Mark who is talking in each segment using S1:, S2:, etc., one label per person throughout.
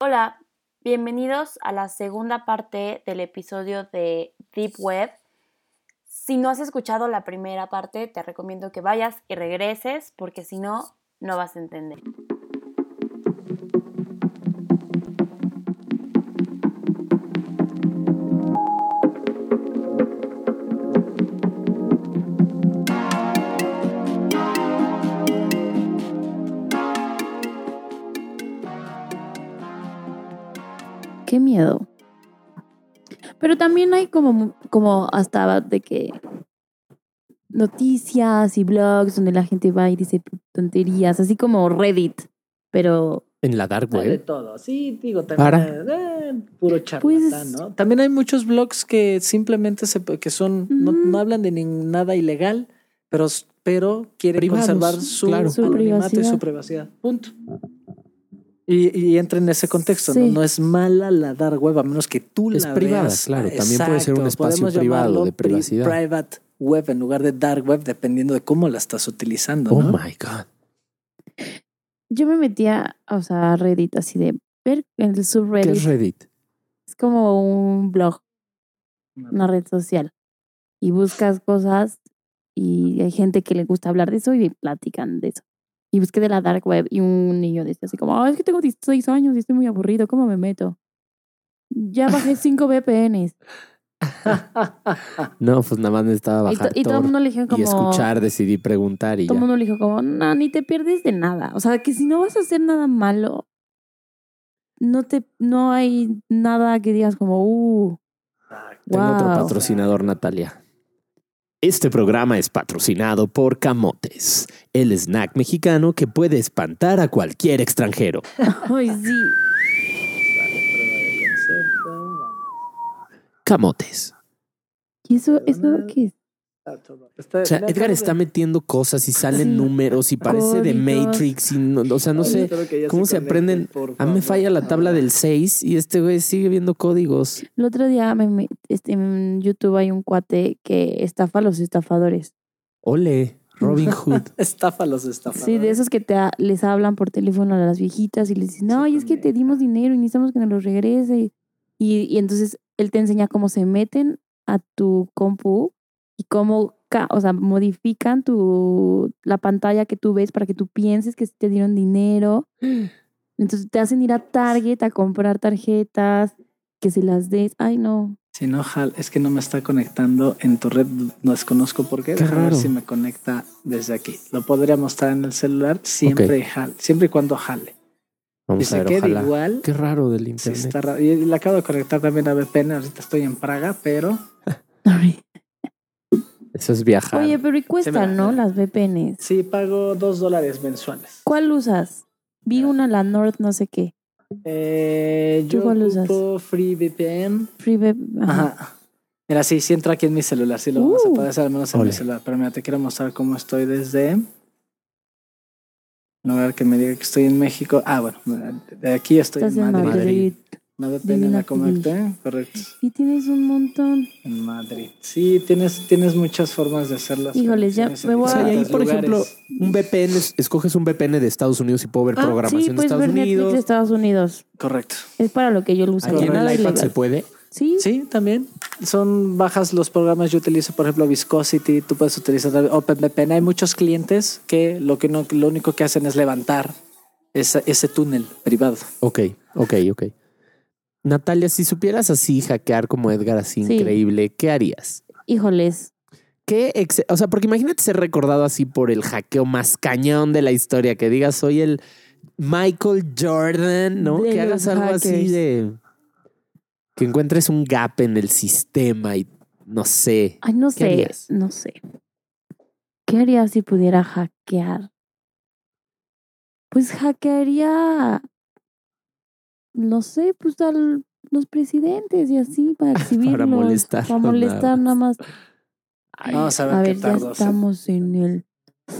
S1: Hola, bienvenidos a la segunda parte del episodio de Deep Web. Si no has escuchado la primera parte, te recomiendo que vayas y regreses porque si no, no vas a entender.
S2: Qué miedo. Pero también hay como, mu- como hasta de que noticias y blogs donde la gente va y dice tonterías, así como Reddit, pero
S3: En la dark
S4: Hay de
S3: web.
S4: todo. Sí, digo,
S3: Para.
S4: también eh, puro charlatán,
S2: Pues-
S4: ¿no? También hay muchos blogs que simplemente se, que son no,
S2: Ujú.
S4: no hablan de ni- nada ilegal, pero pero quieren
S3: Privados,
S4: conservar su,
S3: claro.
S2: Su
S4: anonimato y
S2: privacidad.
S4: su privacidad. Punto. Y, y entra en ese contexto, ¿no?
S2: Sí.
S4: No es mala la dar web, a menos que tú
S3: Es
S4: la
S3: privada,
S4: veas.
S3: claro. También puede ser un espacio
S4: podemos
S3: privado
S4: llamarlo
S3: de
S4: pri-
S3: privacidad.
S4: Private web en lugar de dark web, dependiendo de cómo la estás utilizando,
S3: Oh
S4: ¿no?
S3: my God.
S2: yo me metía, o sea, a Reddit así de ver en el
S3: ¿Qué
S2: subreddit.
S3: es
S2: Es,
S3: Reddit?
S2: como un blog,
S4: Una
S2: una red social. Y buscas cosas y hay gente que le gusta hablar de eso y platican de eso. Y busqué de la dark web y un niño dice así como, "Ah, es que tengo 16 años y estoy muy aburrido, ¿cómo me meto? Ya bajé 5 VPNs.
S3: No, pues nada más necesitaba
S2: Y, to-
S3: bajar
S2: y todo el
S3: Tor
S2: mundo le dijo
S3: y
S2: como...
S3: escuchar, decidí preguntar y
S2: Todo
S3: ya.
S2: el mundo le dijo como, no, ni te pierdes de nada. O sea, que si no vas a hacer nada malo, no te no hay nada que digas como, uh,
S3: Tengo otro
S2: Wow.
S3: patrocinador, Natalia. Este programa es patrocinado por Camotes, el snack mexicano que puede espantar a cualquier extranjero.
S2: ay, sí.
S4: prueba de concepto, vamos.
S3: Camotes.
S2: ¿Y eso, eso qué es?
S4: Está-
S3: O sea,
S4: la
S3: Edgar
S4: tarde-
S3: está metiendo cosas y salen
S2: Sí.
S3: números y parece de
S2: Códigos.
S3: Matrix y no- o sea, no
S4: Oye,
S3: sé.
S4: espero que ya
S3: ¿Cómo se
S4: conecten,
S3: aprenden?
S4: por
S3: A mí me
S4: favor.
S3: falla la tabla del 6 y este güey sigue viendo códigos.
S2: El otro día me me- este, en YouTube hay un cuate que estafa a los estafadores.
S3: Ole, Robin Hood.
S4: Estafa a los estafadores.
S2: Sí, de esos que te ha- les hablan por teléfono a las viejitas y les dicen, no, y es que te dimos dinero y necesitamos que nos lo regrese. Y, y entonces él te enseña cómo se meten a tu compu y cómo, ca- o sea, modifican tu, la pantalla que tú ves para que tú pienses que sí te dieron dinero. Entonces te hacen ir a Target a comprar tarjetas, que se las des. Ay, no.
S4: Si no, Jal, es que no me está conectando en tu red. No desconozco por qué.
S3: Qué
S4: Déjame
S3: raro.
S4: ver si me conecta desde aquí. Lo podría mostrar en el celular siempre jal- siempre y cuando jale. Y
S3: Vamos a
S4: se
S3: ver,
S4: quede
S3: ojalá.
S4: igual.
S3: Qué raro del
S4: Sí,
S3: internet.
S4: está raro. Y le acabo de conectar también a VPN. Ahorita estoy en Praga, pero
S3: Eso es viajar.
S2: Oye, pero y cuestan, ¿no? Las VPNs.
S4: sí pago dos dólares mensuales.
S2: ¿Cuál usas? Vi una, la Nord, no sé qué.
S4: Eh, yo
S2: ¿Tú cuál
S4: ocupo Free VPN.
S2: Free VPN. Ajá.
S4: Ajá. Mira, sí, sí entra aquí en mi celular, sí lo vamos a
S2: Uh.
S4: poder hacer al menos en
S3: Ole.
S4: mi celular. Pero mira, te quiero mostrar cómo estoy desde. Lograr que me diga que estoy en México. Ah, bueno, de aquí estoy
S2: Estás
S4: en
S2: en
S4: Madrid.
S2: Madrid.
S4: No depende de la
S2: Madrid.
S4: conecté, correcto.
S2: Y tienes un montón.
S4: En Madrid. Sí, tienes, tienes muchas formas de hacerlas.
S2: Híjoles, ya me voy
S3: O sea,
S2: a-
S3: y ahí, por ejemplo, un VPN, es- escoges un VPN de Estados Unidos y puedo ver
S2: Ah,
S3: programación
S2: sí,
S3: de
S2: puedes
S3: Estados
S2: ver Netflix
S3: Unidos.
S2: de Estados Unidos.
S4: Correcto.
S2: Es para lo que yo lo usaría.
S3: Aquí en
S2: nada
S3: el iPad
S2: ilegal.
S3: se puede.
S2: Sí,
S4: Sí, también. Son bajas los programas. Yo utilizo, por ejemplo, Viscosity. Tú puedes utilizar OpenVPN. Hay muchos clientes que lo, que no, lo único que hacen es levantar esa- ese túnel privado.
S3: Ok, ok, ok. Natalia, si supieras así hackear como Edgar, así
S2: Sí.
S3: increíble, ¿qué harías?
S2: híjoles.
S3: ¿Qué ex- o sea, porque imagínate ser recordado así por el hackeo más cañón de la historia, que digas, soy el Michael Jordan, ¿no?
S2: De
S3: que hagas
S2: los
S3: algo así
S2: hackers.
S3: de... Que encuentres un gap en el sistema y no sé.
S2: Ay, no sé,
S3: harías?
S2: no sé. ¿Qué haría si pudiera hackear? Pues hackearía, no sé, pues a los presidentes y así para exhibirlos.
S3: molestar,
S2: Para
S3: nada
S2: molestar nada más.
S4: Vamos a ver,
S2: A ver,
S4: qué
S2: ya
S4: tardó.
S2: estamos en el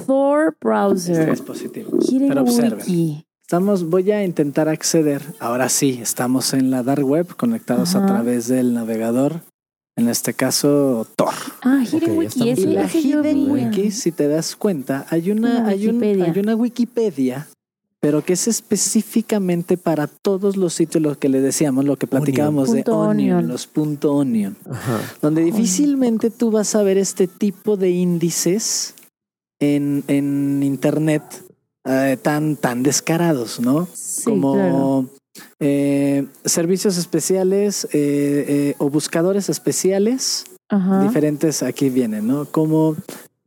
S2: Thor
S4: Este
S2: browser.
S4: dispositivo.
S2: Quieren
S4: Pero observen.
S2: wiki.
S4: Estamos, voy a intentar acceder. Ahora sí, estamos en la dark web conectados a
S2: Ajá.
S4: través del navegador. En este caso, Tor.
S2: Ah, Hidden
S3: Ok, ya
S2: Wiki.
S3: estamos
S4: Y
S2: Ese,
S3: en
S4: la
S2: ese yo
S4: Hidden
S2: vi.
S4: Wiki, si te das cuenta, hay una,
S2: Una
S4: hay, un-
S2: Wikipedia.
S4: hay una Wikipedia, pero que es específicamente para todos los sitios, lo que le decíamos, lo que platicábamos de
S2: Punto
S4: Onion,
S2: Onion.
S4: los punto Onion,
S3: Ajá.
S4: donde difícilmente tú vas a ver este tipo de índices en, en Internet eh, tan, tan descarados, ¿no?
S2: Sí,
S4: como
S2: claro.
S4: eh, servicios especiales eh, eh, o buscadores especiales
S2: Ajá.
S4: diferentes aquí vienen, ¿no? Como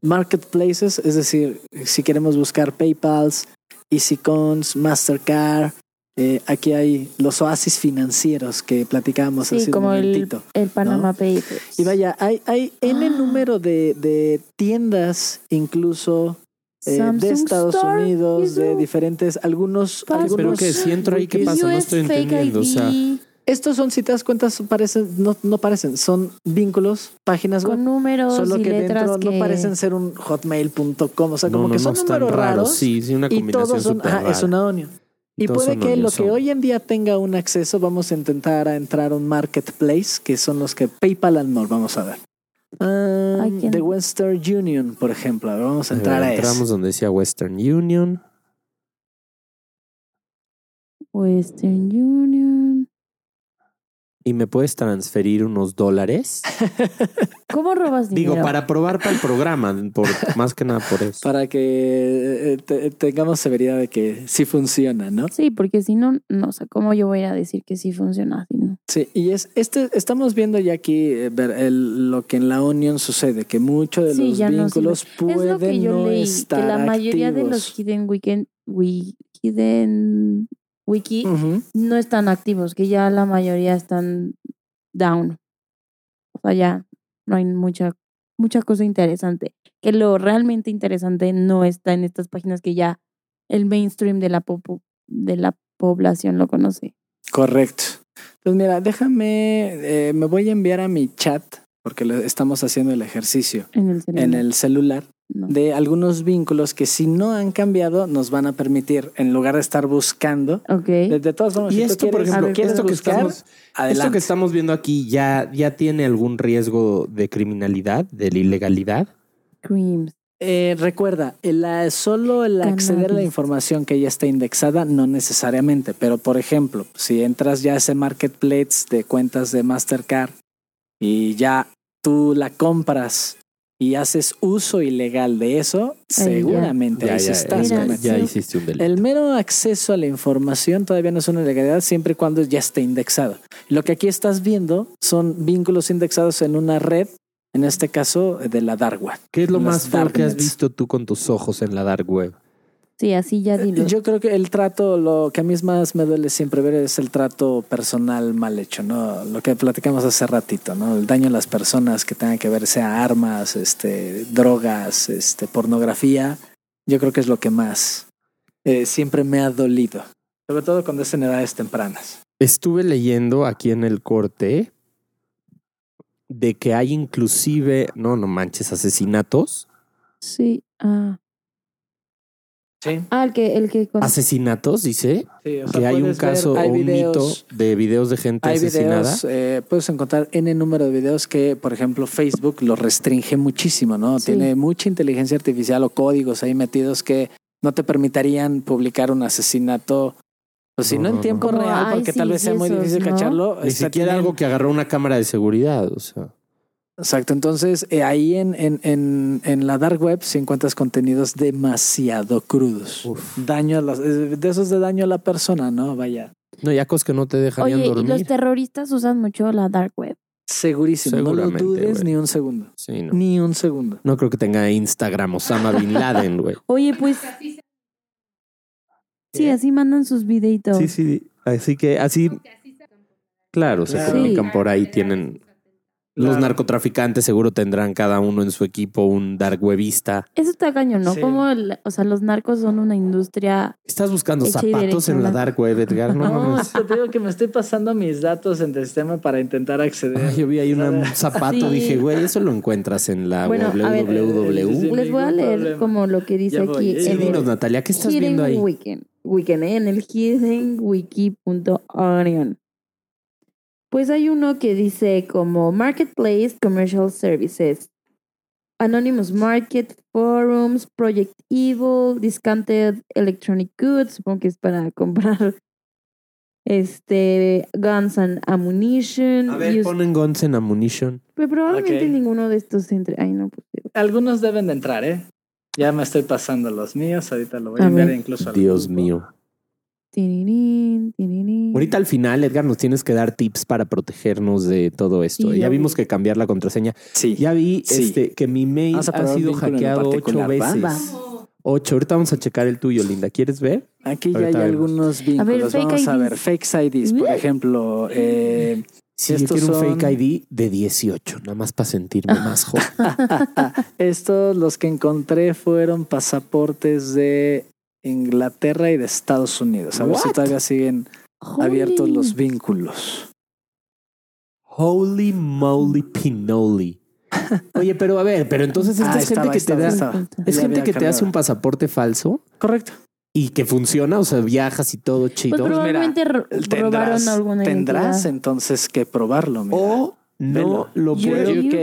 S4: marketplaces, es decir, si queremos buscar PayPal's, EasyCons, Mastercard, eh, aquí hay los oasis financieros que platicábamos hace
S2: Sí,
S4: un
S2: como el,
S4: momentito.
S2: el Panama Papers.
S4: Y vaya, hay, hay N
S2: Ah.
S4: número de, de tiendas incluso eh, de
S2: Samsung
S4: Estados
S2: Store
S4: Unidos, de
S2: hizo
S4: diferentes, algunos...
S2: Pero
S3: Ah, Pero
S4: algunos
S3: que si entro ahí, ¿qué pasa? No
S2: US
S3: estoy
S2: Fake
S3: entendiendo. O sea,
S2: ID
S4: Estos son, si te das cuenta, son- parecen, no, no parecen, son vínculos, páginas web.
S2: con números
S4: Solo
S2: y
S4: que
S2: letras
S4: dentro
S2: que
S4: no parecen ser un hotmail.com, o sea,
S3: no,
S4: como
S3: no,
S4: que
S3: no,
S4: son
S3: están
S4: números raros,
S3: Sí, sí, una
S4: y
S3: combinación
S4: todos son,
S3: súper
S4: ajá,
S3: rara.
S4: es una onion. Y
S3: Todos
S4: puede
S3: son
S4: que lo
S3: onions,
S4: que
S3: son.
S4: hoy en día tenga un acceso, vamos a intentar a entrar a un marketplace, que son los que PayPal and more, vamos a ver. Ah,
S2: Ay, ¿quién?
S4: The Western Union, por ejemplo, a ver, vamos a
S3: A ver,
S4: entrar a eso.
S3: Entramos donde decía Western Union.
S2: Western Union.
S3: ¿Y me puedes transferir unos dólares?
S2: ¿Cómo robas dinero?
S3: Digo, para probar para el programa, por, más que nada por eso.
S4: Para que eh, te- tengamos severidad de que sí funciona, ¿no?
S2: Sí, porque si no, no, o sea, ¿cómo yo voy a ir a decir que sí funciona? Si no?
S4: Sí, y es este estamos viendo ya aquí eh, ver el- lo que en la Union sucede, que muchos de
S2: Sí,
S4: los
S2: ya no
S4: vínculos
S2: Es lo que
S4: pueden
S2: yo
S4: no
S2: leí,
S4: estar
S2: que la mayoría de los
S4: activos.
S2: Hidden, weekend, wi- hidden Wiki
S4: Ujú.
S2: no están activos, que ya la mayoría están down. O sea, ya no hay mucha, mucha cosa interesante. Que lo realmente interesante no está en estas páginas que ya el mainstream de la, popu- de la población lo conoce.
S4: Correcto. Pues mira, déjame, eh, me voy a enviar a mi chat porque lo- estamos haciendo el ejercicio
S2: En el celular.
S4: en el celular
S2: No.
S4: de algunos vínculos que si no han cambiado nos van a permitir en lugar de estar buscando. De,
S2: Ok.
S4: de todas formas,
S3: Y
S4: si tú
S3: esto, por
S4: quieres-
S3: ejemplo,
S4: si quieres
S3: esto que
S4: buscar,
S3: estamos, esto que
S4: adelante.
S3: estamos viendo aquí ya, ya tiene algún riesgo de criminalidad, de la ilegalidad.
S2: Creams.
S4: Eh, recuerda, el, ah, solo el acceder a la
S2: Cannabis.
S4: información que ya está indexada, no necesariamente, pero por ejemplo, si entras ya a ese marketplace de cuentas de Mastercard y ya tú la compras y haces uso ilegal de eso,
S2: ya.
S4: seguramente ahí sí estás
S2: Mira,
S4: cometiendo.
S3: ya
S2: sí.
S3: hiciste un delito.
S4: El mero acceso a la información todavía no es una ilegalidad siempre y cuando ya esté indexada. Lo que aquí estás viendo son vínculos indexados en una red, en este caso de la dark web.
S3: ¿Qué es lo
S4: las
S3: más feo que has
S4: darknets.
S3: visto tú con tus ojos en la dark web?
S2: Sí, así ya dilo.
S4: Eh, Yo creo que el trato, lo que a mí más me duele siempre ver es el trato personal mal hecho, ¿no? Lo que platicamos hace ratito, ¿no? El daño a las personas que tengan que ver, sea armas, este, drogas, este, pornografía, yo creo que es lo que más eh, siempre me ha dolido. Sobre todo cuando es en edades tempranas.
S3: Estuve leyendo aquí en el corte de que hay inclusive, no, no manches, asesinatos.
S2: Sí. Ah,
S4: Sí,
S2: Ah, el que, el que con-
S3: Asesinatos, dice,
S4: sí. O
S3: que hay un caso o un mito de videos de gente
S4: Hay
S3: asesinada.
S4: videos, eh, puedes encontrar N número de videos que, por ejemplo, Facebook lo restringe muchísimo, ¿no?
S2: Sí.
S4: Tiene mucha inteligencia artificial o códigos ahí metidos que no te permitarían publicar un asesinato, o si
S3: No,
S4: no,
S3: no,
S4: en
S3: no.
S4: tiempo
S2: Como
S4: real, porque tal
S2: ISIS
S4: vez sea muy
S2: y esos,
S4: difícil
S2: ¿no?
S4: cacharlo.
S3: Ni
S4: está-
S3: siquiera
S4: tienen-
S3: algo que agarró una cámara de seguridad, o sea.
S4: Exacto, entonces eh, ahí en, en, en, en la dark web si encuentras contenidos demasiado crudos. Daño a las, eh, de esos de daño a la persona, ¿no? Vaya.
S3: No, ya cosas que no te dejarían
S2: Oye, y los
S3: dormir.
S2: terroristas usan mucho la dark web.
S4: Segurísimo. No lo
S3: Seguramente,
S4: dudes
S3: güey.
S4: ni un segundo.
S3: Sí, no.
S4: Ni un segundo.
S3: No creo que tenga Instagram Osama Bin Laden, güey.
S2: Oye, pues. Sí, así mandan sus videitos.
S3: sí. Así que así. Claro, se
S4: Claro.
S3: comunican
S2: Sí.
S3: por ahí, tienen Los
S4: Claro.
S3: narcotraficantes seguro tendrán cada uno en su equipo un dark webista.
S2: Eso está cañón, ¿no?
S4: Sí.
S2: Como, el- o sea, los narcos son una industria
S3: Estás buscando
S2: Hecha y
S3: zapatos
S2: derecha,
S3: en la
S2: ¿verdad?
S3: dark web, Edgar. No,
S4: No,
S3: mames.
S4: es que Ah, te digo que me estoy pasando mis datos en el sistema para intentar acceder.
S3: Ay, yo vi ahí una- un
S2: Sí.
S3: zapato, dije, güey, eso lo encuentras en la
S2: Bueno, a ver. eh,
S3: www.
S4: Sin
S2: Les voy a
S4: ningún
S2: leer
S4: problema.
S2: como lo que dice
S4: Ya voy,
S2: aquí
S4: eh, sí,
S2: en
S3: Dinos,
S2: el
S3: Natalia, ¿qué estás viendo ahí?
S2: Hidden Weekend, Weekend ¿eh? en el hiddenwiki.onion. Pues hay uno que dice como Marketplace Commercial Services, Anonymous Market, Forums, Project Evil, Discounted Electronic Goods, supongo que es para comprar este Guns and Ammunition.
S3: A ver,
S2: used-
S3: ponen Guns and Ammunition.
S2: pero probablemente
S4: Ok.
S2: ninguno de estos entre. Ay, no, pues.
S4: Algunos deben de entrar, ¿eh? Ya me estoy pasando los míos, ahorita lo voy a,
S2: A
S4: enviar
S2: ver.
S4: incluso al
S3: Dios
S4: grupo.
S3: mío.
S2: tirirín, tirirín.
S3: Ahorita al final, Edgar, nos tienes que dar tips para protegernos de todo esto.
S2: Sí,
S3: ya
S2: ya vi.
S3: vimos que cambiar la contraseña.
S4: Sí.
S3: Ya vi
S4: Sí.
S3: este, que mi mail
S4: Vamos a
S3: ha
S4: poner un
S3: sido
S4: vínculo en lo
S3: hackeado ocho
S4: particular, ¿va?
S3: veces. Ocho. Ahorita vamos a checar el tuyo, Linda. ¿Quieres ver?
S4: Aquí ya hay
S3: Ahorita vemos.
S4: algunos vínculos.
S2: fake
S4: Vamos a
S2: IDs.
S4: ver, fake IDs, por
S2: Uy.
S4: ejemplo. eh,
S3: Sí, yo
S4: Estos
S3: quiero un
S4: son-
S3: fake ID de 18, nada más para sentirme más joven.
S4: estos los que encontré fueron pasaportes de Inglaterra y de Estados Unidos. A ver si
S3: What?
S4: todavía siguen abiertos
S2: Holy.
S4: los vínculos.
S3: Holy moly pinoli. Oye, pero a ver, pero entonces esta
S4: Ah,
S3: es gente
S4: estaba,
S3: que
S4: estaba,
S3: te da.
S4: estaba.
S3: Es
S4: Ya
S3: gente
S4: había
S3: que te hace
S4: cambiado.
S3: un pasaporte falso
S4: Correcto.
S3: y que funciona, o sea, viajas y todo
S2: Pues
S3: chido.
S4: pero-
S2: probablemente ro-
S4: Tendrás,
S2: robaron alguna
S4: tendrás
S2: identidad. Oh.
S4: entonces que probarlo. mira.
S3: o no
S4: Velo.
S3: lo
S4: Your
S3: puedo.
S4: UK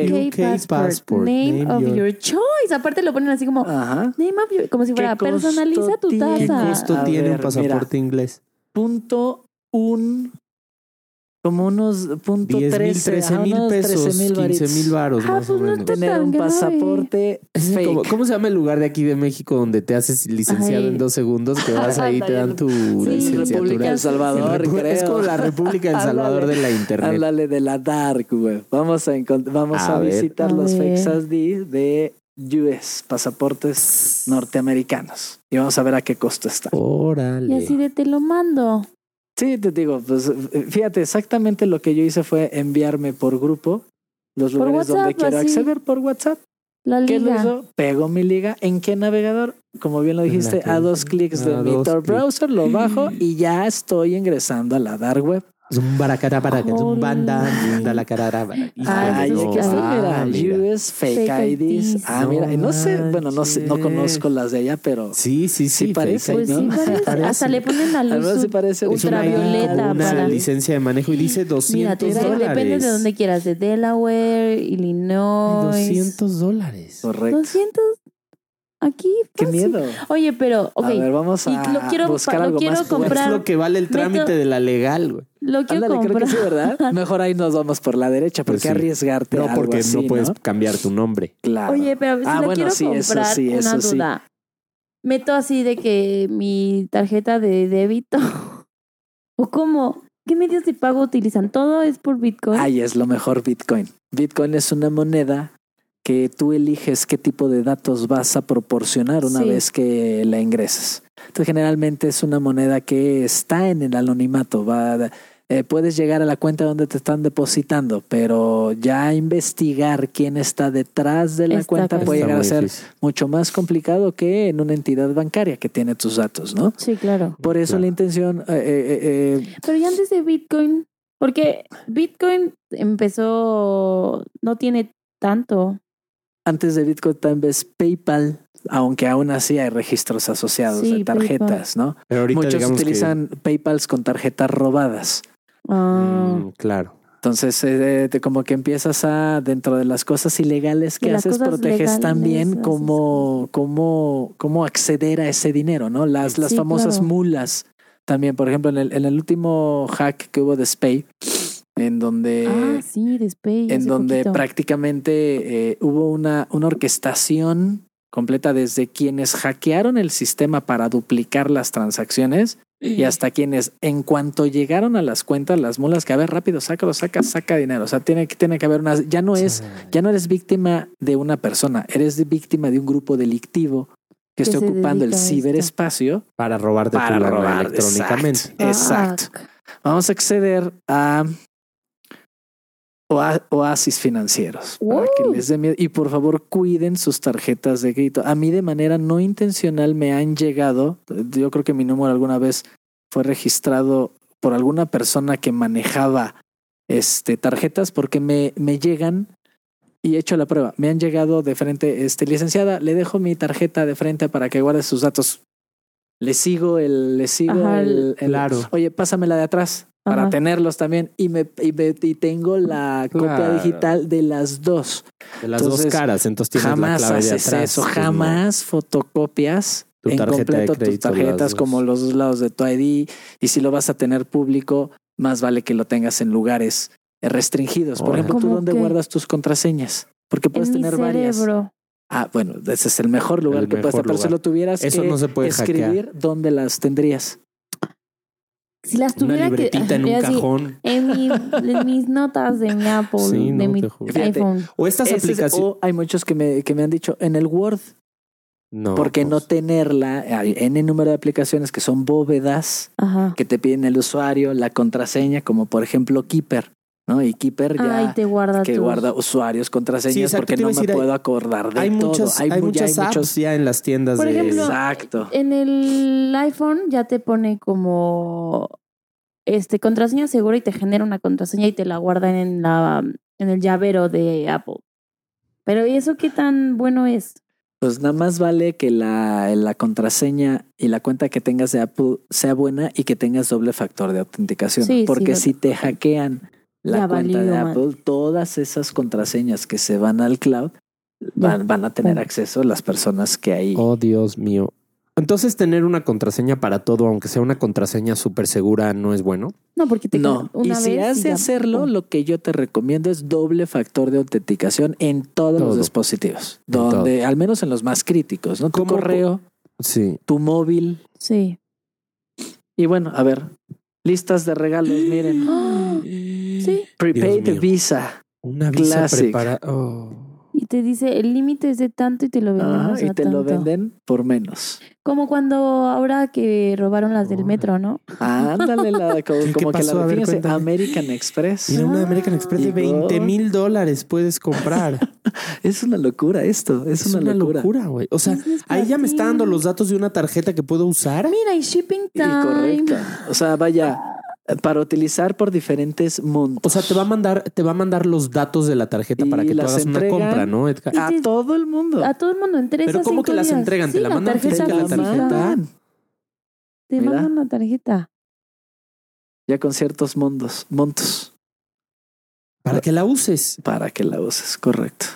S2: Name, of your... choice. Aparte lo ponen así como
S4: Ajá.
S2: name of your, como si
S4: Ah, ¿Qué
S2: fuera
S4: costo
S2: personaliza tu
S4: tiene?
S3: ¿Qué
S2: taza.
S3: costo
S4: A
S3: tiene un
S4: ver,
S3: pasaporte inglés?
S4: punto un como unos punto
S3: 10 mil,
S4: trece
S3: 13
S4: ajá,
S3: mil
S4: unos
S3: pesos,
S4: 13,000 varitos.
S3: 15 mil varos
S2: Ah,
S3: más o
S2: pues no
S3: menos.
S2: está-
S4: tener
S2: Tan
S4: un
S2: grave.
S4: pasaporte
S3: Es
S4: fake
S3: como- ¿Cómo se llama el lugar de aquí de México donde te haces licenciado
S2: Ay.
S3: en dos segundos? Que vas ahí y te dan tu licenciatura.
S4: República del Salvador,
S3: En Repu- es
S4: creo.
S3: como la República del Salvador de la Internet.
S4: háblale de la dark web vamos a encont- vamos a,
S3: A ver.
S4: visitar
S2: A
S4: los
S2: ver.
S4: fake ID de US pasaportes norteamericanos y vamos a ver a qué costo está
S2: Y
S3: Órale.
S2: así de te lo mando.
S4: sí te digo pues fíjate exactamente lo que yo hice fue enviarme por grupo los
S2: Por
S4: lugares donde
S2: WhatsApp,
S4: quiero
S2: así.
S4: acceder por WhatsApp
S2: La
S4: ¿Qué lo
S2: liga.
S4: hizo? Pegó mi liga. ¿En qué navegador? Como bien lo
S3: En la
S4: dijiste,
S3: que-
S4: a dos clics de
S3: a
S4: mi
S3: dos
S4: Tor
S3: clics.
S4: browser, lo bajo y ya estoy ingresando a la dark web.
S3: Es un baracara para que es un banda,
S2: Hola.
S3: linda la carara.
S4: Ay,
S2: Ay,
S4: dice
S2: no,
S4: que esto, mira,
S3: ah, mira.
S4: US fake,
S2: Fake
S4: IDs.
S2: IDs.
S4: Ah, mira, no sé, bueno, no sé, no
S3: manches.
S4: conozco las de allá, pero
S3: Sí, sí, sí.
S4: Sí parece,
S3: fake
S2: Pues
S3: ID,
S2: sí,
S3: ¿no?
S2: parece.
S3: parece.
S2: Hasta le ponen la
S4: al menos
S2: luz.
S4: sí parece
S3: Es una,
S2: ultravioleta
S3: ID con una
S2: para-
S3: licencia de manejo y dice 200
S2: Mira, te sale-
S3: dólares.
S2: depende de dónde quieras, de Delaware, Illinois.
S3: 200 dólares.
S4: correcto.
S2: 200. Aquí.
S4: Qué
S2: fácil.
S4: miedo.
S2: Oye, pero, ok.
S4: A ver, vamos
S2: Y
S4: a
S2: lo quiero-
S4: buscar
S2: lo
S4: algo
S2: quiero
S4: más. fuerte.
S3: Pues Es
S2: comprar.
S3: lo que vale el trámite
S2: Meto-
S3: de la legal, güey.
S2: lo quiero
S4: Ándale, creo
S2: comprar.
S4: que sí, ¿verdad? Mejor ahí nos vamos por la derecha, porque
S3: Pues sí.
S4: arriesgarte
S3: No,
S4: a algo
S3: porque
S4: así,
S3: no puedes cambiar tu nombre.
S4: Claro.
S2: Oye, pero si
S4: Ah,
S2: lo
S4: bueno,
S2: quiero
S4: sí, eso
S2: comprar,
S4: sí,
S2: una
S4: eso sí.
S2: duda. Meto así de que mi tarjeta de débito o cómo, ¿qué medios de pago utilizan? Todo es por Bitcoin.
S4: Ay, es lo mejor Bitcoin. Bitcoin es una moneda que tú eliges qué tipo de datos vas a proporcionar una
S2: Sí.
S4: vez que la ingresas. Entonces, generalmente es una moneda que está en el anonimato. Va, eh, puedes llegar a la cuenta donde te están depositando, pero ya investigar quién está detrás de la
S2: Está
S4: cuenta
S2: cañón.
S4: puede
S3: Está
S4: llegar a
S3: muy
S4: ser
S3: difícil.
S4: mucho más complicado que en una entidad bancaria que tiene tus datos, ¿no?
S2: Sí, claro.
S4: Por eso
S3: Claro.
S4: la intención, eh, eh, eh,
S2: Pero ya antes de Bitcoin, porque Bitcoin empezó, no tiene tanto.
S4: Antes de Bitcoin tal vez PayPal, aunque aún así hay registros asociados
S2: Sí,
S4: de tarjetas, ¿no?
S3: Pero ahorita
S4: Muchos
S3: digamos que-
S4: utilizan PayPals con tarjetas robadas.
S2: Ah,
S3: Mm, claro.
S4: Entonces, eh, te- como que empiezas a, dentro de las cosas ilegales
S2: De
S4: que
S2: las
S4: haces,
S2: cosas
S4: proteges
S2: legales,
S4: también
S2: haces
S4: cómo,
S2: como-
S4: cómo, cómo acceder a ese dinero, ¿no? Las, las
S2: Sí,
S4: famosas
S2: claro.
S4: mulas. También, por ejemplo, en el, en el último hack que hubo de Spay, en donde
S2: ah, sí, Despay.
S4: eh, en
S2: hace
S4: donde
S2: poquito.
S4: prácticamente eh, hubo una, una orquestación completa desde quienes hackearon el sistema para duplicar las transacciones y hasta quienes en cuanto llegaron a las cuentas, las mulas que a ver rápido, sácalo, saca, saca dinero. O sea, tiene que, tiene que haber una, ya no es,
S3: Ah.
S4: ya no eres víctima de una persona, eres víctima de un grupo delictivo que
S2: Que
S4: está
S2: se
S4: ocupando el
S2: dedica a esto.
S4: ciberespacio
S3: Para robarte
S4: para
S3: tu lana
S4: robar
S2: Ah,
S3: electrónicamente.
S4: Exacto. exacto.
S2: Fuck.
S4: Vamos a acceder a oa- oasis financieros. para
S2: Uh.
S4: que les dé miedo. Y por favor, cuiden sus tarjetas de crédito. A mí de manera no intencional me han llegado. Yo creo que mi número alguna vez fue registrado por alguna persona que manejaba este tarjetas porque me, me llegan y he hecho la prueba. Me han llegado de frente, este licenciada, le dejo mi tarjeta de frente para que guarde sus datos. Le sigo el, le sigo
S2: Ajá,
S4: el, el-
S5: claro.
S4: Oye, pásame la de atrás para
S2: Ajá.
S4: tenerlos también y me, y me- y tengo la copia
S5: Claro.
S4: digital de las dos.
S3: De las
S4: Entonces,
S3: dos caras, entonces tienes
S4: Jamás
S3: la clave de
S4: haces
S3: atrás.
S4: eso,
S3: pues, no.
S4: jamás fotocopias
S3: Tu
S4: en
S3: tarjeta de
S4: completo tus
S3: crédito, las
S4: tarjetas
S3: dos.
S4: como los dos lados de tu ID y si lo vas a tener público, más vale que lo tengas en lugares eh, restringidos. Por
S3: Ahora.
S4: ejemplo, ¿tú
S2: ¿Cómo
S4: dónde
S2: qué?
S4: guardas tus contraseñas? Porque puedes
S2: en mi
S4: tener varias.
S2: cerebro.
S4: Ah, bueno, ese es el mejor lugar
S3: El
S4: que puedes
S3: mejor
S4: estar. Pero si
S3: lugar.
S4: lo tuvieras
S3: Eso
S4: que
S3: no se puede hackear.
S4: escribir, ¿dónde las tendrías?
S2: Si las
S3: Una
S2: tuviera que.
S3: libretita en
S2: Yo
S3: un
S2: así,
S3: cajón.
S2: En, mi- en mis notas de mi Apple,
S3: Sí,
S2: de
S3: no,
S2: mi
S3: te juro.
S4: Fíjate,
S2: iPhone.
S3: O estas
S4: Ese es-
S3: aplicaciones.
S4: o hay muchos que me, que me han dicho en el Word,
S3: No,
S4: porque no
S3: pues,
S4: tenerla, hay N número de aplicaciones que son bóvedas
S2: Ajá.
S4: que te piden el usuario, la contraseña, como por ejemplo Keeper, ¿no? Y Keeper ya
S2: Ay, te guarda
S4: que
S2: tus-
S4: guarda usuarios,
S3: Sí,
S4: contraseñas,
S3: exacto,
S4: porque
S3: te iba
S4: no
S3: a
S4: me
S3: decir, hay-
S4: puedo acordar de
S3: Hay
S4: todo.
S3: muchas, hay
S4: mu- ya
S3: muchas apps ya en las tiendas
S2: Por
S3: de.
S2: ejemplo,
S4: Exacto.
S2: En el iPhone ya te pone como este contraseña segura y te genera una contraseña y te la guardan en la en el llavero de Apple. Pero ¿y eso qué tan bueno es?
S4: Pues nada más vale que la, la contraseña y la cuenta que tengas de Apple sea buena y que tengas doble factor de autenticación.
S2: Sí, sí,
S4: porque
S2: no-
S4: si te hackean la
S2: Ya valió
S4: cuenta de
S2: madre.
S4: Apple, todas esas contraseñas que se van al cloud van, van a tener
S2: Pum.
S4: acceso las personas que ahí.
S3: Oh, Dios mío. Entonces, tener una contraseña para todo, aunque sea una contraseña súper segura, no es bueno.
S2: No, porque te
S4: no,
S2: una
S4: y si
S2: vez
S4: has de
S2: ya,
S4: hacerlo,
S2: pum.
S4: lo que yo te recomiendo es doble factor de autenticación en todos los
S3: Todo.
S4: dispositivos,
S3: En todo.
S4: donde al menos en los más críticos, ¿no? Tu
S3: ¿Cómo-
S4: correo,
S3: Sí.
S4: tu móvil
S2: Sí.
S4: y bueno, a ver, listas de regalos, Pues miren.
S2: Ah, Sí.
S3: Dios
S4: Prepaid
S3: mío.
S4: Visa.
S3: Una visa
S4: Classic.
S3: preparada. Oh.
S2: Y te dice, el límite es de tanto y te lo venden.
S4: Ah,
S2: o sea,
S4: y te
S2: tanto.
S4: lo venden por menos.
S2: Como cuando ahora que robaron las del
S3: Ahora.
S2: metro, ¿no?
S4: Ándale, la, como,
S3: ¿Qué- qué
S4: como que
S3: pasó?
S4: la
S3: A ver,
S4: fíjense,
S3: cuéntame.
S4: American Express.
S3: Mira, una American
S2: Ah.
S3: Express de
S4: Llegó.
S3: 20 mil dólares puedes comprar.
S4: Es una locura esto. Es, una, locura.
S3: güey. O sea,
S2: Business
S3: ahí ya me está dando
S2: Platinum.
S3: los datos de una tarjeta que puedo usar.
S2: Mira, y shipping
S4: Y correcto.
S2: time.
S4: O sea, vaya, para utilizar por diferentes
S3: O
S4: montos.
S3: sea, te va a mandar, te va a mandar los datos de la tarjeta
S4: Y
S3: para que tú
S4: las
S3: hagas una
S4: entregan.
S3: compra, ¿no, Edgar?
S2: Y
S4: a
S2: te-
S4: todo el mundo.
S2: A todo el mundo en tres
S3: Pero
S2: a
S3: ¿cómo que
S2: cinco
S3: las
S2: días.
S3: entregan?
S2: Sí,
S3: ¿Te la mandan
S2: tarjeta
S3: fresca la
S2: física.
S3: tarjeta?
S2: Te
S4: Mira.
S2: mandan la tarjeta.
S4: Ya con ciertos montos, montos
S3: Para que la uses.
S4: para que la uses, correcto.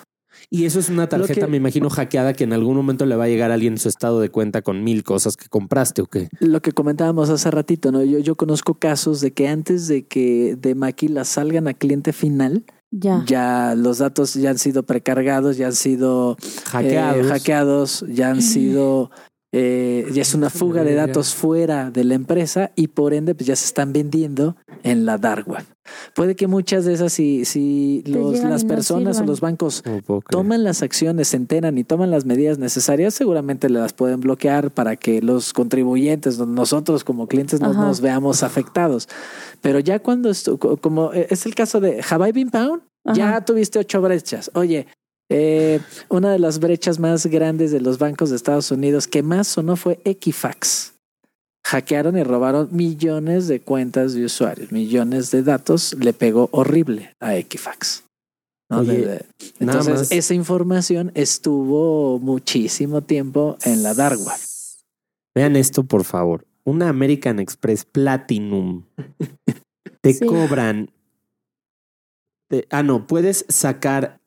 S3: Y eso es una tarjeta,
S4: que-
S3: me imagino, hackeada que en algún momento le va a llegar a alguien su estado de cuenta con mil cosas que compraste o qué.
S4: Lo que comentábamos hace ratito, ¿no? Yo, yo conozco casos de que antes de que de maquila salgan a cliente final,
S2: Ya.
S4: ya los datos ya han sido precargados, ya han sido
S3: Hackeados.
S4: eh, hackeados, ya han sido, eh, ya es una fuga de datos fuera de la empresa y por ende pues ya se están vendiendo en la dark web. Puede que muchas de esas, si, si los-
S2: llegan
S4: las
S2: y no
S4: personas o
S2: sirvan.
S4: los bancos
S3: No puedo creer.
S4: toman las acciones, se enteran y toman las medidas necesarias, seguramente las pueden bloquear para que los contribuyentes, no- nosotros como clientes, no
S2: Ajá.
S4: nos veamos afectados. Pero ya cuando esto, co- como eh, es el caso de Have I Been Pound,
S2: Ajá.
S4: ya tuviste ocho brechas. Oye, eh, una de las brechas más grandes de los bancos de Estados Unidos que más sonó fue Equifax. Hackearon y robaron millones de cuentas de usuarios, millones de datos. Le pegó horrible a Equifax. ¿no?
S3: Oye,
S4: De- de-
S3: nada
S4: entonces,
S3: más.
S4: esa información estuvo muchísimo tiempo en la dark web.
S3: Vean esto, por favor. Una American Express Platinum. Te
S2: Sí.
S3: cobran. te- ah, no, puedes sacar.